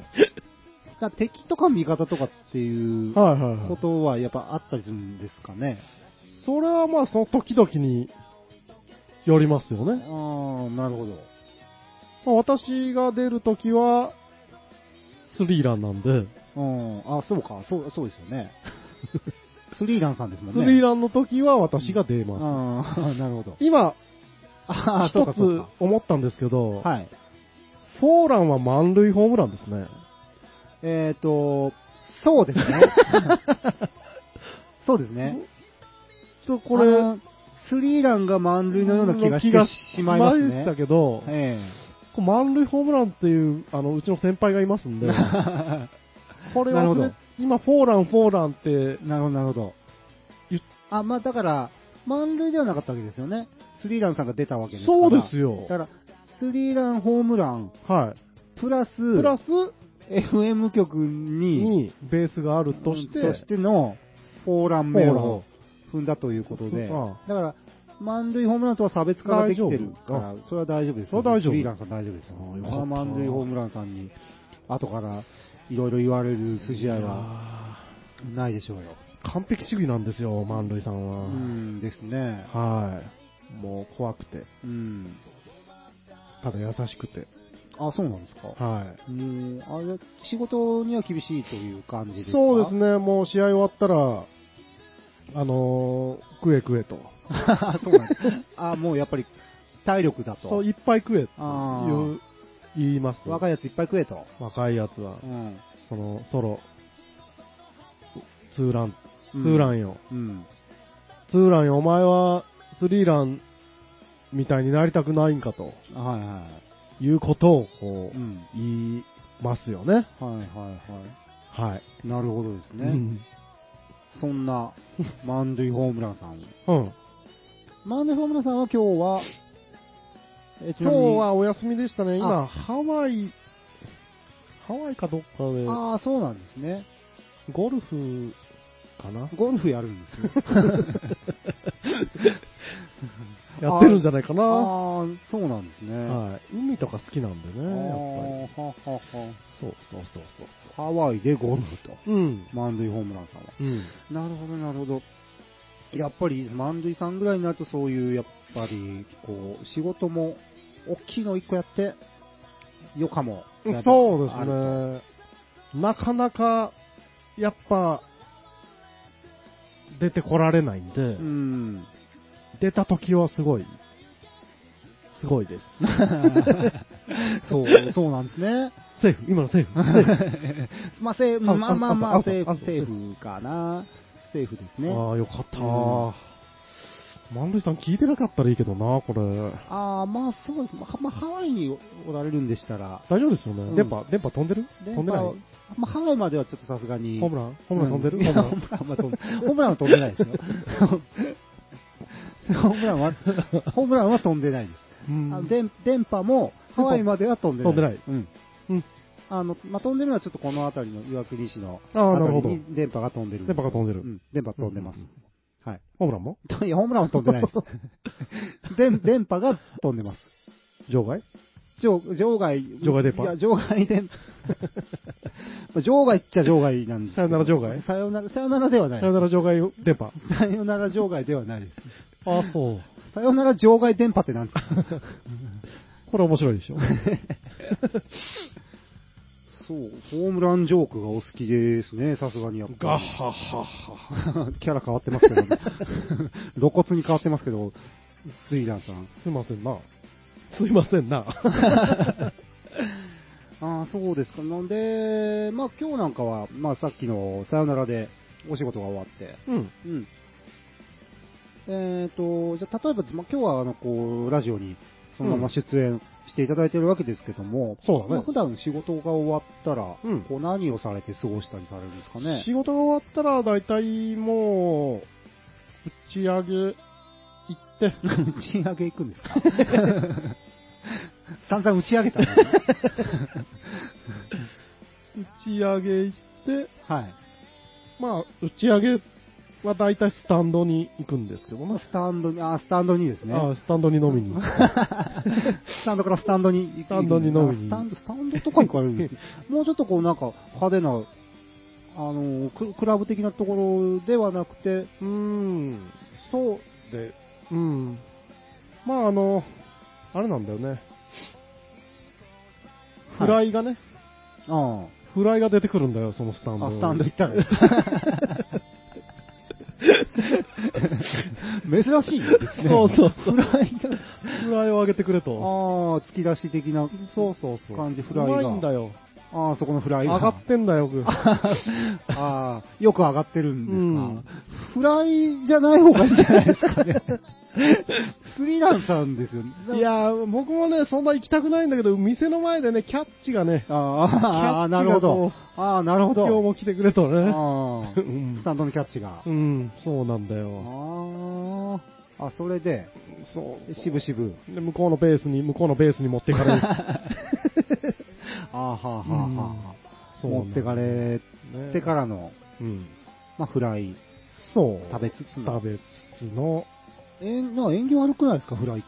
A: だ敵とか味方とかっていう
B: はいはいは
A: こ
B: い。
A: とはやっぱあったりするんですかね。
B: それはまあその時々によりますよ
A: ああ
B: ね。
A: ー、なるほど。
B: まあ私が出る時は、スリーランなんで、
A: うん、あ、そうか、そう、そうですよ
B: [laughs]
A: ね。スリーランさんですもん
B: ス
A: ね。
B: リー
A: ラ
B: ランの時は私が出ます。
A: ああ、なるほど。
B: 今、
A: ああ、そう
B: 一
A: か、
B: つ
A: そうか。
B: 思ったんですけど、
A: はい。
B: フォーランは満塁ホームランですね。
A: えっ、ー、と、そうですね。
B: [laughs]
A: そうですね。
B: ちょっとこれ、
A: あの、スリーランが満塁のような気がしてしまいます
B: しま
A: ね。
B: したけど、
A: え
B: こう満塁ホームランっていう、あの、うちの先輩がいますん
A: え [laughs]
B: で、
A: な
B: これ
A: なる
B: は
A: ほど
B: 今、フォーラン、フォーランって、
A: るほど、なるほど
B: 言っ。
A: あ、まあだから、満塁ではなかったわけですよね。スリーランさんが出たわけですから。
B: そうです
A: よ。
B: よ
A: だ。から、スリーランホームラン、
B: はい。
A: プラス、
B: プラス
A: FM 局に、
B: にベースがあるとして、
A: としての、フォーラン
B: フォー
A: メ
B: ラン
A: ロを踏んだということで、
B: あ
A: だから、満塁ホームランとは差別化ができてるか
B: 大
A: ら、それは大丈夫です
B: そ
A: よ。
B: れは大丈夫
A: フリーランさん大丈夫ですよ。
B: あよかった
A: まあ満塁ホームランさんに、後からいろいろ言われる筋合いはないでしょうよ。
B: 完璧主義なんですよ、満塁さん
A: う
B: は。
A: んですね。
B: はい。もう怖くて、
A: うん。
B: ただ優しくて。
A: あ、そうなんですか。
B: は
A: うん、あれ、仕事には厳しいという感じで
B: い
A: す。か
B: そうです。ね、もう試合終わったら、あのー、食え食えと。
A: [laughs] そうなんです。あ、もうやっぱり、体力だ
B: そう、
A: と。
B: いっぱい食えって
A: あ
B: 言う
A: ー
B: 言います。
A: 若いやついっぱい食えと。
B: 若いやつは
A: う、ん。
B: その、ソロ、ツーラン、ツーランよ。
A: うん。
B: ツーランよ、お前は、スリーランみたいになりたくないんかと。
A: はいは
B: いうことをこ
A: い。
B: う、
A: うん。
B: 言いますよね。
A: はいはいは
B: はい。
A: い。なるほどです
B: う
A: ね。
B: ん。
A: そん
B: [laughs]
A: な満塁ホームランさん。
B: うん。
A: 満塁ホームランさんは今日は、え
B: 今日、はお休みでしたね。今、
A: あ
B: ハワイ、ハワイかどっ
A: ちなみに
B: か
A: ああ、そうなんですね。
B: で、ゴルフかな
A: ゴルフやるん
B: [laughs]
A: ですね。
B: やってるんじゃないかな。
A: ああ、そうなんですね。
B: はい。海とか好きなんで
A: あー
B: ね、やっぱり。
A: ははは
B: そうそうそうそう
A: ハワイでゴルフと。
B: そう。うん。
A: 満塁ホームランさんは。
B: うん。
A: なるほど、なるほど。やっぱり満塁さんぐらいになるとそういう、やっぱり、こう、仕事も、大きいの一個やって、余暇も。
B: そうです
A: あると。
B: ね。なかなか、やっぱ、出てこられないんで、
A: うん。
B: 出た時はすごい、すご
A: [laughs]
B: いです。
A: そう、そうなんですね。
B: セーフ、今のセーフ。
A: まあ、セーフ、
B: あ
A: まあまあま
B: あ
A: あ
B: あ、
A: セー
B: あ
A: フ、セーフかな。セーフですね。
B: ああ、よかった
A: う
B: ー。満塁さん聞いてなかったらいいけどな、これ。
A: ああ、まあそうです。まあ、まあハワイにおられるんでしたら、
B: 大丈夫ですよね。
A: うん
B: 電波、電波飛んでる飛んでな
A: 電
B: い
A: 波はまあ、ハワイまではちょっとさすがに。
B: ホームランホームラン飛んでる
A: いや
B: ホ
A: ホー
B: ーム
A: ムランは飛んでホームランは飛んでないですよ。ホームランは、ホームランは飛んでないです。
B: うん
A: あの電電波もハワイまでは飛んでない。
B: 飛んでない
A: うん。
B: うん
A: あの、まあ、飛んでるのはちょっとこの辺りの岩国市の
B: あーなるほど
A: 辺りに電波が飛んでる。
B: 電波が飛んでる
A: うん、電波飛んでます。はい。
B: ホームランも
A: いや、ホームランは飛んで
B: [laughs]
A: ないです。電電波が飛んでます。
B: 場外
A: 場場外。
B: 場外電波
A: いや、場外電
B: [laughs]
A: まあ場外っちゃ場外なんですけど
B: さよなら場外
A: さよなら、さよならではない
B: さ。よなら場外電波。
A: さよなら場外ではないです。
B: [laughs] ああ、そう。
A: さよなら場外電波ってなんですか
B: [laughs] これ面白いでしょ。
A: そう、ホームランジョークがお好きですね、さすがにやっ
B: ガ
A: ぱ
B: ッハッハッハ。
A: り。キャラ変わってますけど、露骨に変わってますけど、スイランさん。
B: すいませんな。すいませんな。
A: ああ、そうですか。なんで、まあ今日なんかは、まあさっきのさよならでお仕事が終わって、
B: [laughs] うん。
A: うん。えっ、と、じゃあ例えば、まあ、今日はあのこうラジオにそのまま出演していただいてるわけですけども、
B: そうだね
A: まあ普段仕事が終わったら、
B: うん
A: こう何をされて過ごしたりされるんですかね
B: 仕。事が終わったら、だいたいもう、打ち上げ行って、
A: [laughs] 打ち上げ行くんです
B: [laughs]
A: か散々打ち上げたね。
B: [laughs] 打ち上げ行って、
A: はい。
B: まあ、打ち上げは大体スタンドに行くんですけどね。
A: スタンドに、あ、スタンドにですね。
B: あスタンドに飲みに行く。
A: スタンドからスタンドに行く
B: スタンドに飲みに
A: スタンド、スタンドとかに行かれるんですけど、もうちょっとこうなんか派手な、あの、ククラブ的なところではなくて、
B: うーん、そうで、うん。まああの、あれなんだよね。
A: はい
B: フライがね、
A: あ
B: フライが出てくるんだよ、そのスタンド
A: あ、
B: に。
A: あスタンド [laughs] 行
B: [laughs]
A: ったら。珍しいですね。
B: そうそうそう
A: フライが。
B: フライを上げてくれと。
A: ああ、突き出し的な。
B: そうそうそう。
A: 感じフライが
B: うまいんだよ。
A: ああ、そこのフライが。
B: 上がってんだ
A: [laughs]
B: よ、僕。
A: ああ、よく上がってるんですか。
B: うん
A: フライじゃない方がいいんじゃないですかね。 [laughs] スリランさんですよね。
B: いやー、僕もね、そんな行きたくないんだけど、店の前でね、キャッチがね、
A: あーあー、なるほど。ああ、なるほど。
B: 今日も来てくれとね。
A: あ
B: う
A: ー
B: ん
A: ス、タンドのキャッチが。
B: うん、そうなんだよ。
A: ああ、あ、それで、
B: そう
A: しぶし [laughs] ぶ。
B: で向こうのベースに、向こうのベースに持ってか
A: [laughs]
B: れ
A: あ
B: る。
A: ーはあはあはあはあ、
B: そうなんだ
A: 持ってかれてからの、
B: うん。
A: まあ、フライ
B: そう。
A: 食べつつの
B: 食べつつの、
A: えーなんか縁起悪くないですか、フライって。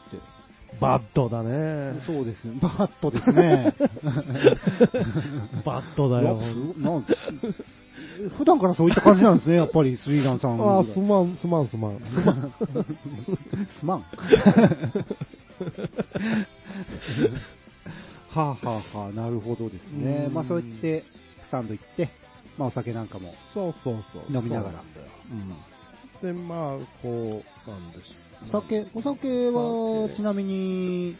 B: バッドだね。
A: そうですね。バットですね。
B: バッドだよ。
A: うわすごなん普段からそういった感じなんですね、やっぱりスリーランさん。
B: あー、すまん、すまん、すまん。
A: [laughs] す [laughs] まん。はあはあはあ、なるほどですね。
B: うん
A: まあそうやって、スタンド行って、まあお酒なんかも
B: そうそうそう。
A: 飲みながら。
B: で、まあ、こう、なんでしょう。
A: お酒、お酒は
B: お酒
A: ちなみに、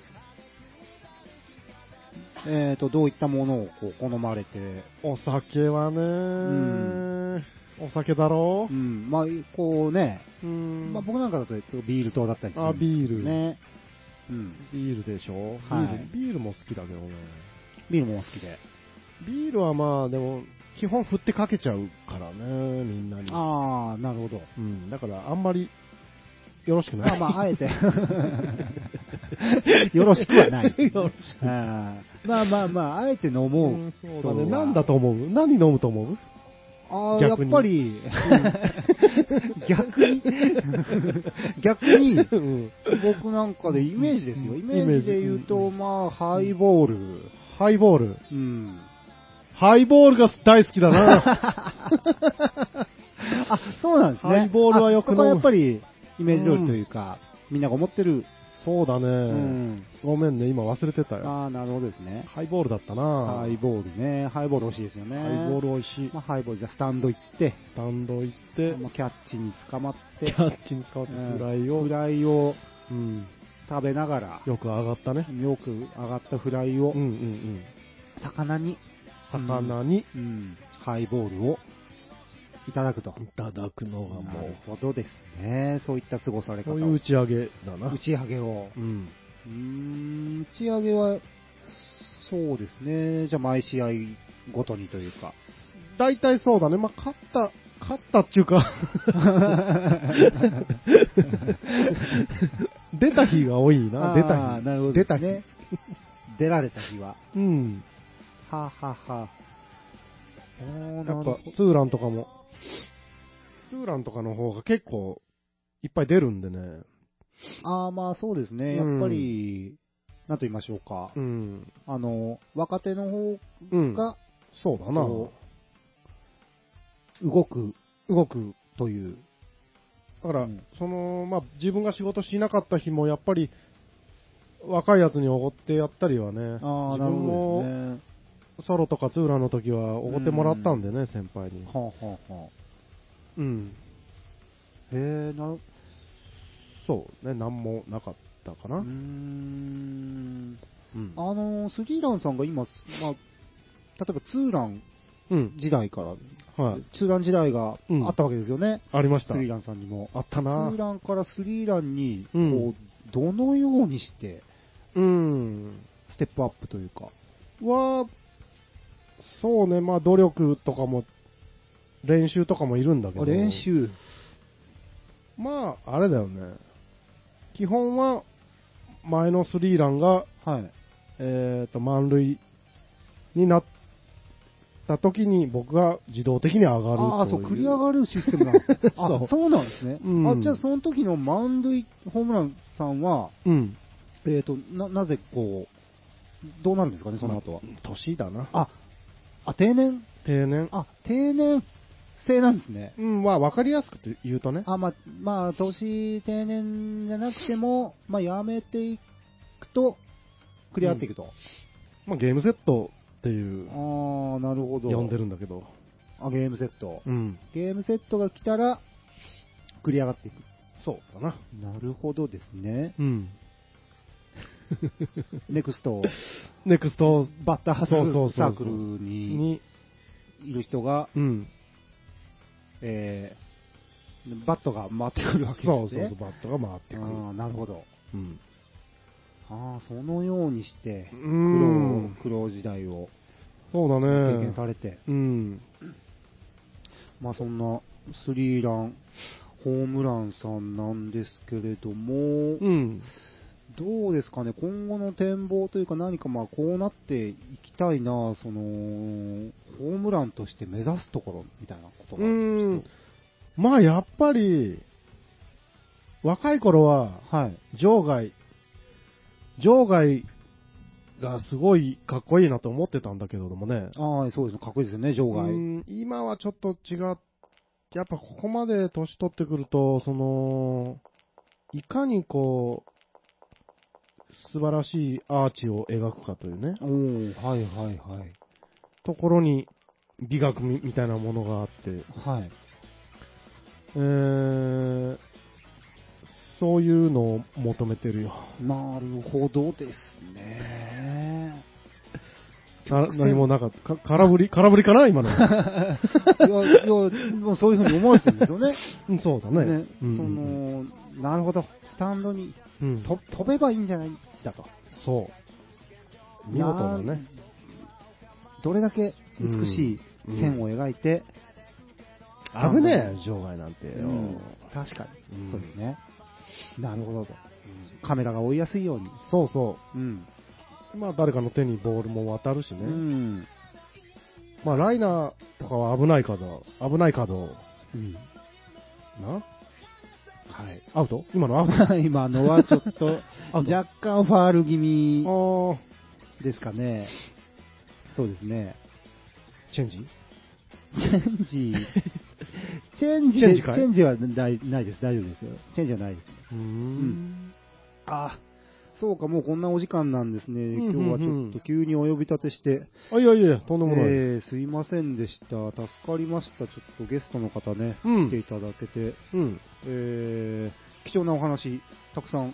A: えっ、と、どういったものをこう好まれて、
B: お酒はね、
A: ん
B: お酒だろ
A: う、ん、まあこうね、
B: うん
A: まあ僕なんかだとビール糖だったりする
B: あ、ビール、
A: ね。うん。
B: ビールでしょ、
A: はい
B: ビールビールも好きだけどね。
A: ビールもお好きで。
B: ビールはまあ、でも、基本振ってかけちゃうからね、みんなに。
A: ああ、なるほど。
B: うん、だからあんまり、よろしくない。
A: まあまあ、あえて。 [laughs] [laughs] よろしくはない。
B: よろし
A: あーまあまあまあ、あえて飲
B: う
A: もう。
B: んそうだね。何だと思う何飲むと思う
A: ああ、やっ
B: 逆に
A: ぱり、逆に、 [laughs] 逆に、
B: うん
A: 僕なんかでイメージですよ。
B: うん
A: イメージで言う
B: イメ
A: と、
B: ー
A: まあ、ハイボール。
B: ハイボール。
A: うん。
B: ハイボールが大好き
A: [laughs]
B: だな。
A: あ、そうなんですね。
B: ハイボールはよく
A: あそ
B: 飲む
A: こはやっぱり、イメージ通りというか、みんなが思ってる。
B: そうだね、
A: うん。
B: ごめんね、今忘れてたよ。
A: ああ、なるほどですね。
B: ハイボールだったな。
A: ハイボールね。ハイボール欲しいですよね。
B: ハイボール美味しい。
A: まあ、ハイボールじゃあスタンド行って、
B: スタンド行って、
A: まあキャッチに捕まっ
B: キ
A: て、
B: ャッチに使って
A: うん
B: フライを、
A: フライを
B: うん、
A: 食べながら、
B: よく上がったね。
A: よく上がったフライを
B: うんうん
A: 魚に、
B: うん。魚に
A: うん、ハイボールをいただくと。
B: いただくのが
A: な
B: も
A: る
B: う、
A: ほどですね。そういった過ごされ方
B: そ
A: を。
B: ういう打ち上げだな
A: 打。ち上げを。
B: うん。
A: うーん、打ち上げは、そうですね。じゃあ毎試合ごとにというか。
B: 大体そうだね。まあ、勝った、勝ったってい
A: [laughs]
B: うか出た日が多いな、出
A: あー
B: た
A: なるほど、
B: 日。出た日。
A: ね。 [laughs] 出られた日は。
B: うん。
A: はあ、はあはあ、おーな
B: や
A: る
B: っ
A: ほ
B: ぱ
A: ど、
B: ツーランとかも、ツーランとかの方が結構、いっぱい出るんでね。
A: ああ、まあそうですね。や
B: うん
A: っぱり、なんと言いましょうか
B: う。ん。
A: あの、若手の方
B: うん。
A: が
B: そうだな。
A: こ動く
B: 動く。
A: という。
B: だから、
A: うん
B: その、まあ、自分が仕事しなかった日も、やっぱり、若いやつにおごってやったりはね。
A: ああ、
B: 自
A: なるほ
B: 分も
A: どですね。
B: ソロとかツーランの時はおごってもらったんでね、先輩に。
A: はあ、はあ、はあ。
B: うん。
A: へえ、なる、
B: そうね、なんもなかったか
A: うー
B: な。
A: ん。
B: うん
A: あの、スリーランさんが今、まあ、例えばツーラン
B: うん。
A: 時代から、
B: はい。
A: ツーラン時代が
B: うん
A: あったわけですよね。
B: ありました
A: ス。リーランさんにも。
B: あった
A: ツ
B: な
A: ー。ランからスリーランに、こう、
B: うん
A: どのようにして、
B: うん。
A: ステップアップというか。
B: は、そうね、まあ努力とかも、練習とかもいるんだけど。
A: 練習。
B: まあ、あれだよね。基本は、前のスリーランが、
A: はい。
B: えっ、と、満塁になっった時に僕が自動的に上がるという。
A: ああ、そう、繰り上がるシステムなん
B: [laughs]
A: ですね
B: そ
A: あ
B: う
A: そうなんですね。
B: うん
A: あじゃあ、その時の満塁ホームランさんは、
B: うん。
A: えっ、とな、なぜこう、どうなるんですかね、その後は。
B: 年だな。
A: あ、あ、定年、
B: 定年。
A: あ、定年制なんですね。
B: うん、まあ、わかりやすくて言うとね。
A: あ、まあ、まあ、年定年じゃなくても、まあ、やめていくと、クリアっていくと。
B: まあ、ゲームセットっていう、
A: ああ、なるほど。
B: 呼んでるんだけど。
A: あ、ゲームセット。
B: うん。
A: ゲームセットが来たら、繰り上がっていく。
B: そうだな。
A: なるほどですね。
B: うん。
A: ネクスト、
B: ネクスト
A: バッターハ
B: そうそうそうそう
A: サークルに
B: に、
A: いる人が、
B: うん。
A: えー、バットが回ってくるわけですね。
B: そうそうそう、バットが回ってくる。
A: あーなるほど。
B: うん。
A: ああ、そのようにして
B: う、
A: 苦労、
B: ん。
A: 苦労時代を
B: そうだ
A: 経
B: ね
A: 験。されて、
B: うん。
A: まあそんなスリーラン、ホームランさんなんですけれども、
B: うん。
A: どうですかね、今後の展望というか、何かまあこうなっていきたいな、そのホームランとして目指すところみたいなことが、
B: うーんまあ、やっぱり、若い頃は、
A: はい、
B: 場外、場外がすごいかっこいいなと思ってたんだけれどもね。
A: ああそうですね、かっこいいですよね、場
B: う
A: 外。
B: ん今はちょっと違っ、やっぱここまで年取ってくると、その、いかにこう、素晴らしいアーチを描くかというね、
A: おーはいはいはい。
B: ところに美学みみたいなものがあって、
A: はい。
B: えー、そういうのを求めて
A: [laughs]
B: るよ。
A: なるほどですね。
B: な何もなかった。か空振り空振りかな
A: [laughs]
B: 今の。
A: いや、いや、もうそういうふうに思われてるんですよね。
B: うんそう [laughs] だね。
A: ね
B: う、ん
A: その、なるほど、スタンドに
B: うん
A: と飛べばいいんじゃないんだと。
B: そう。見事だね。
A: どれだけ美しい線を描いて、な
B: 危ねえ、場外なんてよ。
A: うん確かに、
B: うん
A: そうですね。なるほどと。カメラが追いやすいように。
B: そうそ
A: うん。
B: う。まあ誰かの手にボールも渡るしね。
A: うん。
B: まあライナーとかは危ないかど、危ないかど、
A: うん [laughs]
B: な
A: はい。
B: アウト今のアウト
A: 今のはちょっ [laughs] と、若干ファール気味
B: あ
A: ですかね。そうですね。
B: ーチェンジ
A: チェンジ、 [laughs] チェンジ
B: チェ
A: で、
B: ンジ
A: チ
B: かい
A: ェンジはないないです。大丈夫ですよ。チェンジはないです。
B: うー
A: ん。あそうか、もうこんなお時間なんですね。
B: うんうんうん
A: 今日はちょっと急にお呼び立てして、
B: あ、いやいやいや、とんでもない。
A: えーすいませんでした。助かりました。ちょっとゲストの方ね、
B: う
A: 来て
B: ん
A: い。ただけて、
B: うん。
A: えー貴重なお話、たくさん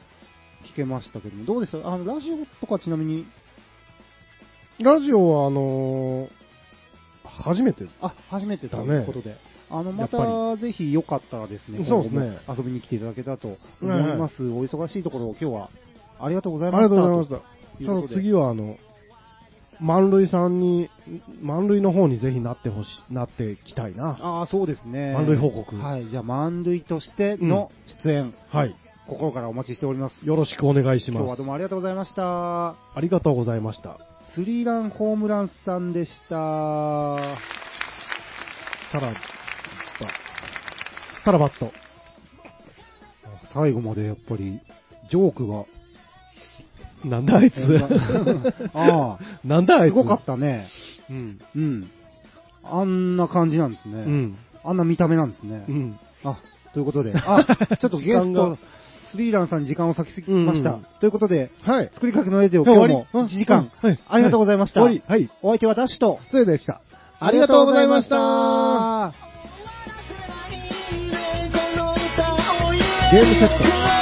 A: 聞けましたけども、どうでしたあの、ラジオとかちなみに、
B: ラジオはあのー、初めて。
A: あ、初めてと
B: だね
A: いうことで。あの、ま
B: や
A: た、ぜひよかったらですね、
B: そうですね
A: 今後も遊びに来ていただけたらと思
B: はいはい
A: います。お忙しいところ、今日は、ありがとうござ
B: あ
A: い
B: り
A: ました。
B: がとうございました。
A: とい
B: そうの
A: ことで
B: 次はあの、満塁さんに、満塁の方にぜひなってほしい、なっていきたいな。
A: ああ、そうですね。
B: 満塁報告。
A: はい、じゃあ、満塁としての出演、
B: はい。
A: 心からお待ちしております。
B: よろしくお願いし
A: 今日
B: ま
A: は
B: す
A: どう。もありがとうございました。
B: ありがとうございました。
A: スリーランホームランさんでした。
B: さらば、さらばっと。
A: 最後までやっぱり、ジョークが。
B: なんだあいつ。 [laughs]
A: あ
B: なんだあ
A: あ、
B: い
A: す
B: つ。
A: ごかったね。
B: うん。
A: うん。あんな感じなんですね。
B: うん。
A: あんな見た目なんですね。
B: うん。
A: あ、ということ
B: [laughs]
A: で。あ、ちょっとゲ
B: 時間
A: ス
B: が
A: ト、スリーランさんに時間を割きすぎました。
B: うんうん
A: ということで、
B: はい。
A: 作りかけのレディオ
B: はい
A: 今日
B: 終わ
A: も1
B: り
A: 時間、
B: うんはい
A: ありがとうございました。
B: 終わり。はい。
A: お相手はダッシュと、
B: 失礼でした。ありがとうございました。
E: ゲームセット。